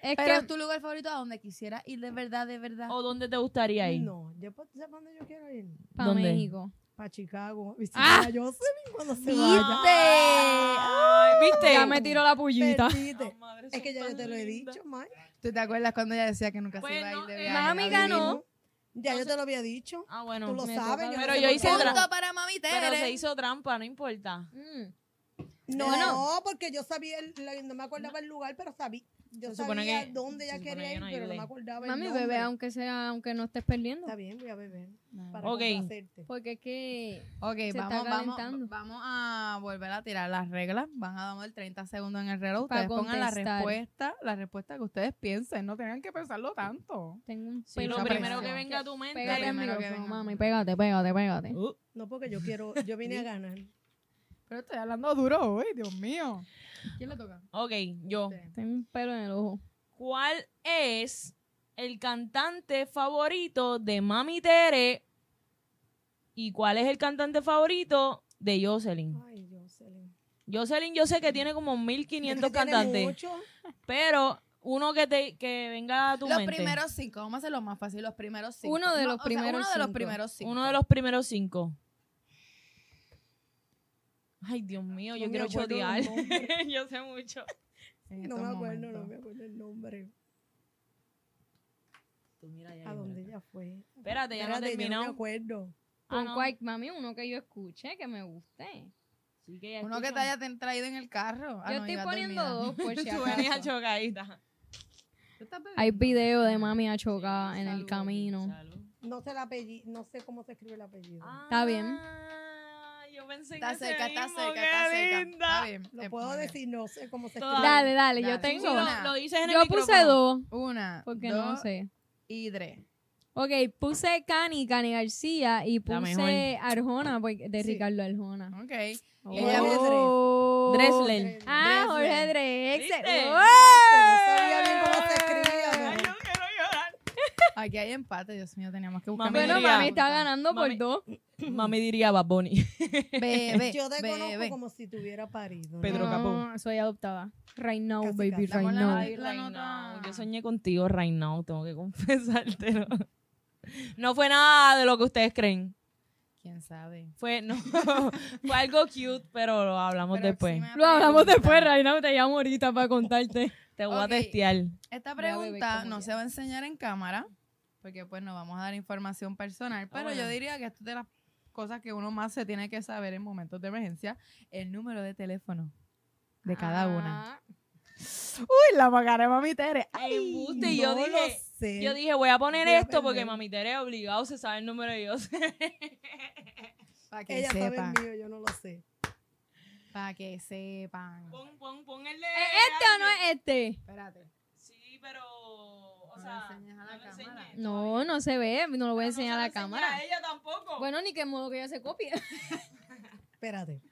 Speaker 3: Es
Speaker 2: Pero
Speaker 3: que
Speaker 2: es tu lugar favorito a donde quisiera ir de verdad, de verdad.
Speaker 1: ¿O dónde te gustaría ir?
Speaker 5: No, yo pa- ¿sabes dónde yo quiero ir?
Speaker 3: para
Speaker 1: ¿Dónde?
Speaker 3: México.
Speaker 5: Para Chicago. [laughs] Visitar
Speaker 3: Ah.
Speaker 5: a Jocelyn cuando se vaya.
Speaker 3: ¿Viste?
Speaker 1: Ay, ¿Viste?
Speaker 3: Ya me tiró la pullita.
Speaker 5: Perdiste.
Speaker 1: Oh, madre,
Speaker 5: Es que ya
Speaker 1: son
Speaker 5: yo te
Speaker 1: tan
Speaker 5: lo he
Speaker 1: lindas.
Speaker 5: dicho, Mike.
Speaker 2: ¿Tú te acuerdas cuando ella decía que nunca se iba a
Speaker 1: Bueno,
Speaker 2: ir de
Speaker 1: eh,
Speaker 2: viaje?
Speaker 3: mami
Speaker 2: Adivina.
Speaker 3: ganó.
Speaker 5: Ya yo te lo había dicho.
Speaker 1: Ah, bueno.
Speaker 5: Tú lo
Speaker 3: me
Speaker 5: sabes.
Speaker 3: toca-
Speaker 5: no
Speaker 1: Pero
Speaker 5: sé
Speaker 1: yo
Speaker 5: por
Speaker 1: hice
Speaker 5: qué.
Speaker 1: tra-
Speaker 2: Punto para mami Tere.
Speaker 1: Pero se hizo trampa, no importa.
Speaker 3: Mm.
Speaker 5: No,
Speaker 3: Bueno.
Speaker 5: porque yo sabía, el- la- no me acordaba el lugar, pero sabía. Yo
Speaker 1: Se supone
Speaker 5: sabía
Speaker 1: que- se
Speaker 5: dónde ella
Speaker 1: supone
Speaker 5: quería
Speaker 1: que
Speaker 5: ir,
Speaker 1: no
Speaker 5: pero no
Speaker 1: ayudé.
Speaker 5: me acordaba el
Speaker 3: Mami,
Speaker 5: nombre.
Speaker 3: bebé, aunque sea, aunque no estés perdiendo.
Speaker 5: Está bien, voy a beber. Para
Speaker 2: No.
Speaker 1: Ok.
Speaker 5: complacerte.
Speaker 3: Porque es que
Speaker 2: Ok,
Speaker 3: está
Speaker 2: vamos, vamos,
Speaker 3: calentando.
Speaker 2: vamos a volver a tirar las reglas. Van a dar 30 segundos en el reloj.
Speaker 3: Para
Speaker 2: Ustedes pongan la
Speaker 3: contestar.
Speaker 2: respuesta, la respuesta que ustedes piensen. No tengan que pensarlo tanto.
Speaker 3: tengo un
Speaker 1: Sí, lo
Speaker 2: Pero
Speaker 1: primero
Speaker 2: parece.
Speaker 1: que venga a tu mente.
Speaker 3: Pégate al
Speaker 2: primero que
Speaker 3: micrófono,
Speaker 2: venga.
Speaker 3: mami. Pégate, pégate, pégate.
Speaker 1: Uh,
Speaker 5: No, porque yo quiero, yo vine a ganar.
Speaker 2: Pero estoy hablando duro hoy, Dios mío. ¿Quién le toca?
Speaker 1: ok, yo.
Speaker 3: Tengo un pelo en el ojo.
Speaker 1: ¿Cuál es el cantante favorito de Mami Tere? ¿Y cuál es el cantante favorito de Jocelyn?
Speaker 5: Ay, Jocelyn.
Speaker 1: Jocelyn yo sé que tiene como
Speaker 5: Es
Speaker 1: 1500
Speaker 5: que tiene
Speaker 1: cantantes,
Speaker 5: mucho.
Speaker 1: pero uno que te que venga a tu
Speaker 2: Los
Speaker 1: mente.
Speaker 2: primeros cinco, vamos a hacer lo más fácil, los primeros cinco.
Speaker 3: Uno de
Speaker 2: No,
Speaker 3: los
Speaker 2: o sea,
Speaker 3: primeros
Speaker 2: uno de los
Speaker 3: cinco.
Speaker 2: primeros cinco.
Speaker 1: Uno de los primeros cinco. Ay, Dios mío, yo
Speaker 5: No me
Speaker 1: quiero
Speaker 5: acuerdo los
Speaker 1: chotear.
Speaker 5: nombres.
Speaker 1: [laughs] yo sé mucho.
Speaker 2: En
Speaker 5: No
Speaker 2: estos
Speaker 5: me acuerdo,
Speaker 2: momentos.
Speaker 5: no me acuerdo el nombre. ¿A dónde ella fue?
Speaker 1: Espérate, ya no
Speaker 5: Espérate, yo no me
Speaker 1: terminó.
Speaker 5: acuerdo.
Speaker 1: Ah,
Speaker 3: Pon
Speaker 1: no.
Speaker 3: cual- mami, uno que yo escuche, que me guste.
Speaker 1: Sí, que ya
Speaker 2: Uno que
Speaker 1: escucho.
Speaker 2: te haya ten- traído en el carro. Ah,
Speaker 3: yo
Speaker 2: no,
Speaker 3: estoy
Speaker 2: ibas
Speaker 3: poniendo
Speaker 2: dormida.
Speaker 3: dos
Speaker 2: [laughs]
Speaker 3: por si
Speaker 1: Tú venías
Speaker 3: acaso.
Speaker 1: chocadita.
Speaker 2: ¿Tú estás bebiendo?
Speaker 3: Hay video de mami a chocar en el
Speaker 1: Salud,
Speaker 3: camino.
Speaker 1: salud.
Speaker 5: No sé el apellido, no sé cómo se escribe el apellido.
Speaker 1: Ah,
Speaker 3: bien.
Speaker 1: Yo pensé
Speaker 2: Está
Speaker 1: que ese
Speaker 2: cerca, está
Speaker 1: mismo,
Speaker 2: cerca,
Speaker 1: qué
Speaker 2: está cerca.
Speaker 1: linda.
Speaker 2: Está bien.
Speaker 5: Lo
Speaker 2: eh,
Speaker 5: puedo
Speaker 2: muy bien.
Speaker 5: decir, no sé cómo se
Speaker 1: Todas.
Speaker 5: escribe.
Speaker 3: Dale, dale,
Speaker 2: Dale.
Speaker 3: yo
Speaker 1: Sí,
Speaker 3: tengo.
Speaker 1: lo-
Speaker 2: una.
Speaker 1: Lo, dices en el
Speaker 3: Yo puse
Speaker 1: micrófono.
Speaker 3: dos,
Speaker 2: Una,
Speaker 3: porque
Speaker 2: dos
Speaker 3: no sé.
Speaker 2: y tres.
Speaker 3: Ok, puse Cani, Cani García y
Speaker 1: La mejor.
Speaker 3: puse Arjona porque- de
Speaker 2: Sí.
Speaker 3: Ricardo Arjona.
Speaker 2: Ok.
Speaker 5: Y ella
Speaker 2: Oh.
Speaker 3: Oh.
Speaker 1: Dressler.
Speaker 3: Ah,
Speaker 2: Dressler.
Speaker 3: Jorge Drexler.
Speaker 1: ¿Viste?
Speaker 3: ¡Oh!
Speaker 5: No sabía bien cómo se escribía,
Speaker 1: Ay,
Speaker 5: pero-
Speaker 1: yo quiero llorar.
Speaker 2: Aquí hay empate, Dios mío, teníamos que buscar.
Speaker 1: Mami,
Speaker 3: Bueno,
Speaker 1: diría-
Speaker 3: mami está ganando por
Speaker 1: Mami-
Speaker 3: dos.
Speaker 1: Mami diría Bad Bunny.
Speaker 2: Bebé,
Speaker 5: Yo te
Speaker 2: bebé.
Speaker 5: conozco como si tuviera parido.
Speaker 1: Pedro
Speaker 3: No,
Speaker 1: Capó.
Speaker 3: Soy adoptada. Right now,
Speaker 5: Casi,
Speaker 3: baby,
Speaker 5: casi.
Speaker 3: right
Speaker 2: Damos la
Speaker 3: now.
Speaker 2: Ay, la nota.
Speaker 1: Yo soñé contigo right now, tengo que [laughs] confesártelo. No fue nada de lo que ustedes creen.
Speaker 2: ¿Quién sabe?
Speaker 1: Fue, no, [laughs] fue algo cute, pero lo hablamos
Speaker 2: Pero
Speaker 1: después.
Speaker 2: sí me
Speaker 3: Lo hablamos
Speaker 2: preguntan.
Speaker 3: después, right now. Te llamo ahorita para contarte.
Speaker 1: Te voy
Speaker 2: Ok.
Speaker 1: a testear.
Speaker 2: Esta
Speaker 3: Voy a beber
Speaker 2: pregunta
Speaker 3: como
Speaker 2: no
Speaker 3: ya.
Speaker 2: se va a enseñar en cámara, porque pues no vamos a dar información
Speaker 5: Ah,
Speaker 2: personal, pero yo
Speaker 1: bueno.
Speaker 2: diría que esto es de las cosas que uno más se tiene que saber en momentos de emergencia, el número de teléfono de cada una.
Speaker 3: Ah,
Speaker 2: Uy, la macara de mami Tere.
Speaker 1: Embuste, y yo
Speaker 5: no lo
Speaker 1: dije,
Speaker 5: sé.
Speaker 1: yo dije, voy a poner
Speaker 5: Voy a
Speaker 1: esto porque
Speaker 5: perder.
Speaker 1: mami Tere es obligado, se sabe el número de ellos.
Speaker 2: Para que
Speaker 5: Ella sabe
Speaker 2: sepan.
Speaker 5: el mío, yo no lo sé.
Speaker 2: Para que sepan.
Speaker 1: [laughs] pon, pon, pon el de
Speaker 3: ¿Es este o no es este?
Speaker 2: Espérate.
Speaker 1: Sí, pero sea,
Speaker 2: enseñes a la
Speaker 1: no lo
Speaker 2: cámara.
Speaker 1: enseñes.
Speaker 3: No, no se ve, no lo voy a
Speaker 1: Pero
Speaker 3: enseñar
Speaker 1: no
Speaker 3: a
Speaker 1: se
Speaker 3: la
Speaker 1: lo enseña
Speaker 3: cámara.
Speaker 1: A ella tampoco.
Speaker 3: Bueno, ni que modo que ella se copie. [laughs]
Speaker 5: Espérate.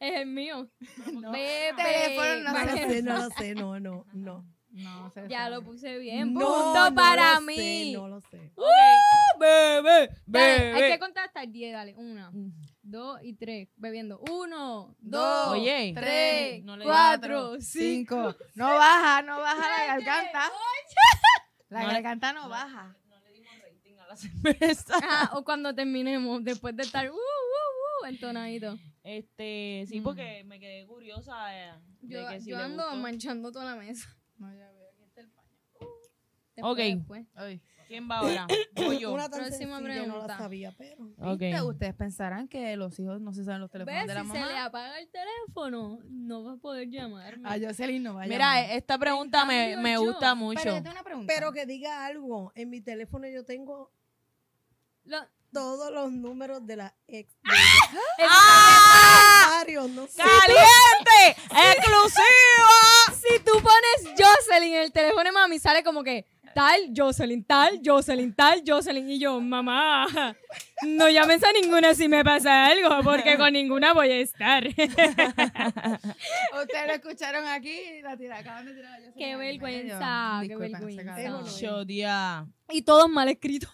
Speaker 3: Es el mío.
Speaker 1: No.
Speaker 3: Bebe.
Speaker 2: Teléfono no
Speaker 5: No
Speaker 3: Vale.
Speaker 5: lo sé, no lo sé, no, no, no.
Speaker 2: No, se
Speaker 3: Ya
Speaker 2: sabe.
Speaker 3: lo puse bien.
Speaker 5: No,
Speaker 3: Punto
Speaker 5: no
Speaker 3: para
Speaker 5: lo
Speaker 3: mí.
Speaker 5: Sé, no lo sé.
Speaker 1: ¡Uh! bebé,
Speaker 3: Dale, hay que contar hasta 10, dale. Una, dos y tres. Bebiendo. Uno, dos,
Speaker 1: Oye.
Speaker 3: tres,
Speaker 1: No le-
Speaker 3: cuatro, cinco.
Speaker 2: Cinco. No baja, no baja la garganta. La
Speaker 1: No le-
Speaker 2: garganta no baja.
Speaker 1: No le dimos rating a la cerveza.
Speaker 3: Ah, o cuando terminemos, después de estar uh, uh, uh, entonadito.
Speaker 1: Este, sí,
Speaker 3: Mm.
Speaker 1: porque me quedé curiosa eh, de,
Speaker 3: Yo,
Speaker 1: que si
Speaker 3: yo
Speaker 1: le
Speaker 3: ando
Speaker 1: gustó.
Speaker 3: manchando toda la mesa.
Speaker 2: No, ya veo, aquí está el paño.
Speaker 3: Después,
Speaker 1: Ok.
Speaker 3: después.
Speaker 2: Ay.
Speaker 1: ¿Quién va ahora? Voy yo.
Speaker 5: Una tan
Speaker 3: Próxima
Speaker 5: sencilla, no
Speaker 3: pregunta.
Speaker 5: la sabía, pero.
Speaker 1: Ok.
Speaker 2: ¿Viste? Ustedes pensarán que los hijos no se saben los
Speaker 3: ¿Ves?
Speaker 2: teléfonos de la
Speaker 3: si se le
Speaker 2: mamá.
Speaker 3: apaga el teléfono, no va a poder llamarme.
Speaker 2: A Jocelyn no vaya.
Speaker 1: Mira, eh, esta pregunta me,
Speaker 3: cambio,
Speaker 1: me
Speaker 3: yo-
Speaker 1: gusta
Speaker 2: Pero
Speaker 1: mucho.
Speaker 2: yo tengo una pregunta.
Speaker 5: Pero que diga algo. En mi teléfono yo tengo
Speaker 3: Lo-
Speaker 5: todos los números de la ex.
Speaker 1: ¡Ah!
Speaker 5: Varios, no sé.
Speaker 1: ¡Caliente! ¡Exclusiva!
Speaker 3: si tú pones Jocelyn en el teléfono de mami, sale como que tal Jocelyn, tal Jocelyn, tal Jocelyn. Y yo, mamá, no llames a ninguna si me pasa algo, porque con ninguna voy a
Speaker 2: [laughs]
Speaker 3: estar.
Speaker 2: Ustedes lo escucharon aquí, la tira, acaban de tirar a Jocelyn.
Speaker 3: Qué
Speaker 2: al medio.
Speaker 3: vergüenza, qué
Speaker 2: Disculpen, se
Speaker 3: vergüenza.
Speaker 2: cagaron.
Speaker 5: Bueno,
Speaker 1: Chodia.
Speaker 3: Y todos mal escritos.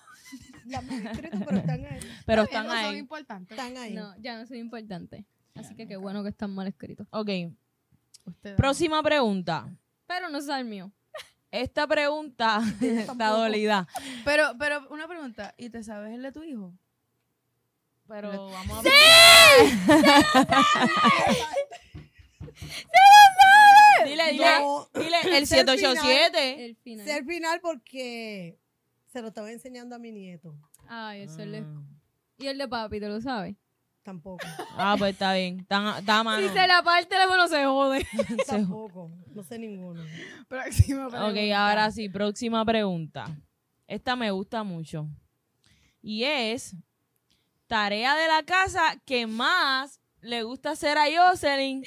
Speaker 5: Las más escritas, pero están ahí.
Speaker 1: Pero
Speaker 2: Ellos
Speaker 1: están
Speaker 2: no Son
Speaker 1: ahí.
Speaker 2: importantes.
Speaker 5: Están ahí.
Speaker 3: No, ya no soy importante. Así que qué bueno que están mal escritos.
Speaker 1: Ok.
Speaker 2: Ustedes
Speaker 1: Próxima pregunta.
Speaker 3: Pero no es el mío.
Speaker 1: Esta pregunta [laughs] está
Speaker 5: Tampoco.
Speaker 1: dolida.
Speaker 2: no. Pero, pero una pregunta, ¿y te sabes el de tu hijo?
Speaker 1: Pero vamos a [laughs] Dile, dile.
Speaker 5: No,
Speaker 1: [laughs] Dile el
Speaker 5: Es el final.
Speaker 1: 787.
Speaker 3: El final.
Speaker 5: sé el final porque se lo estaba enseñando a mi nieto.
Speaker 3: Ay, eso le... Y el de papi, ¿te lo sabes? [laughs]
Speaker 5: Tampoco. [laughs]
Speaker 1: Ah, pues está bien. Está, está a mano.
Speaker 3: Si se la parte el teléfono, se jode.
Speaker 5: Tampoco. No
Speaker 3: [laughs]
Speaker 5: sé ninguno.
Speaker 2: Próxima
Speaker 1: Ok, ahora sí, próxima pregunta. Esta me gusta mucho. Y es tarea de la casa que más le gusta hacer a Jocelyn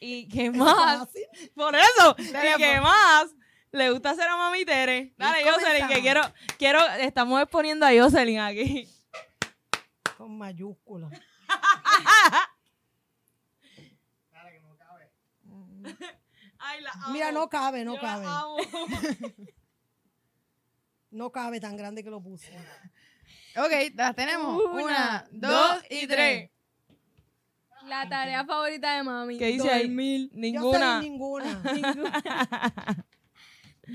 Speaker 1: y que más,
Speaker 5: Fácil.
Speaker 1: por eso, y
Speaker 2: Dale,
Speaker 1: que
Speaker 2: amor.
Speaker 1: más le gusta hacer a mami Tere. Dale, Jocelyn, que
Speaker 2: comenzamos.
Speaker 1: quiero, quiero, estamos exponiendo a Jocelyn aquí.
Speaker 5: Con mayúsculas.
Speaker 1: Ay, la amo.
Speaker 5: Mira, no cabe,
Speaker 1: Yo
Speaker 5: no
Speaker 1: la
Speaker 5: cabe.
Speaker 1: amo.
Speaker 5: No cabe tan grande que lo puse.
Speaker 2: Ok, las tenemos.
Speaker 3: Una,
Speaker 2: Una, dos y tres.
Speaker 3: La tarea favorita de mami.
Speaker 1: ¿Qué dice ahí?
Speaker 5: Yo
Speaker 1: Ninguna.
Speaker 5: soy ninguna.
Speaker 3: [laughs]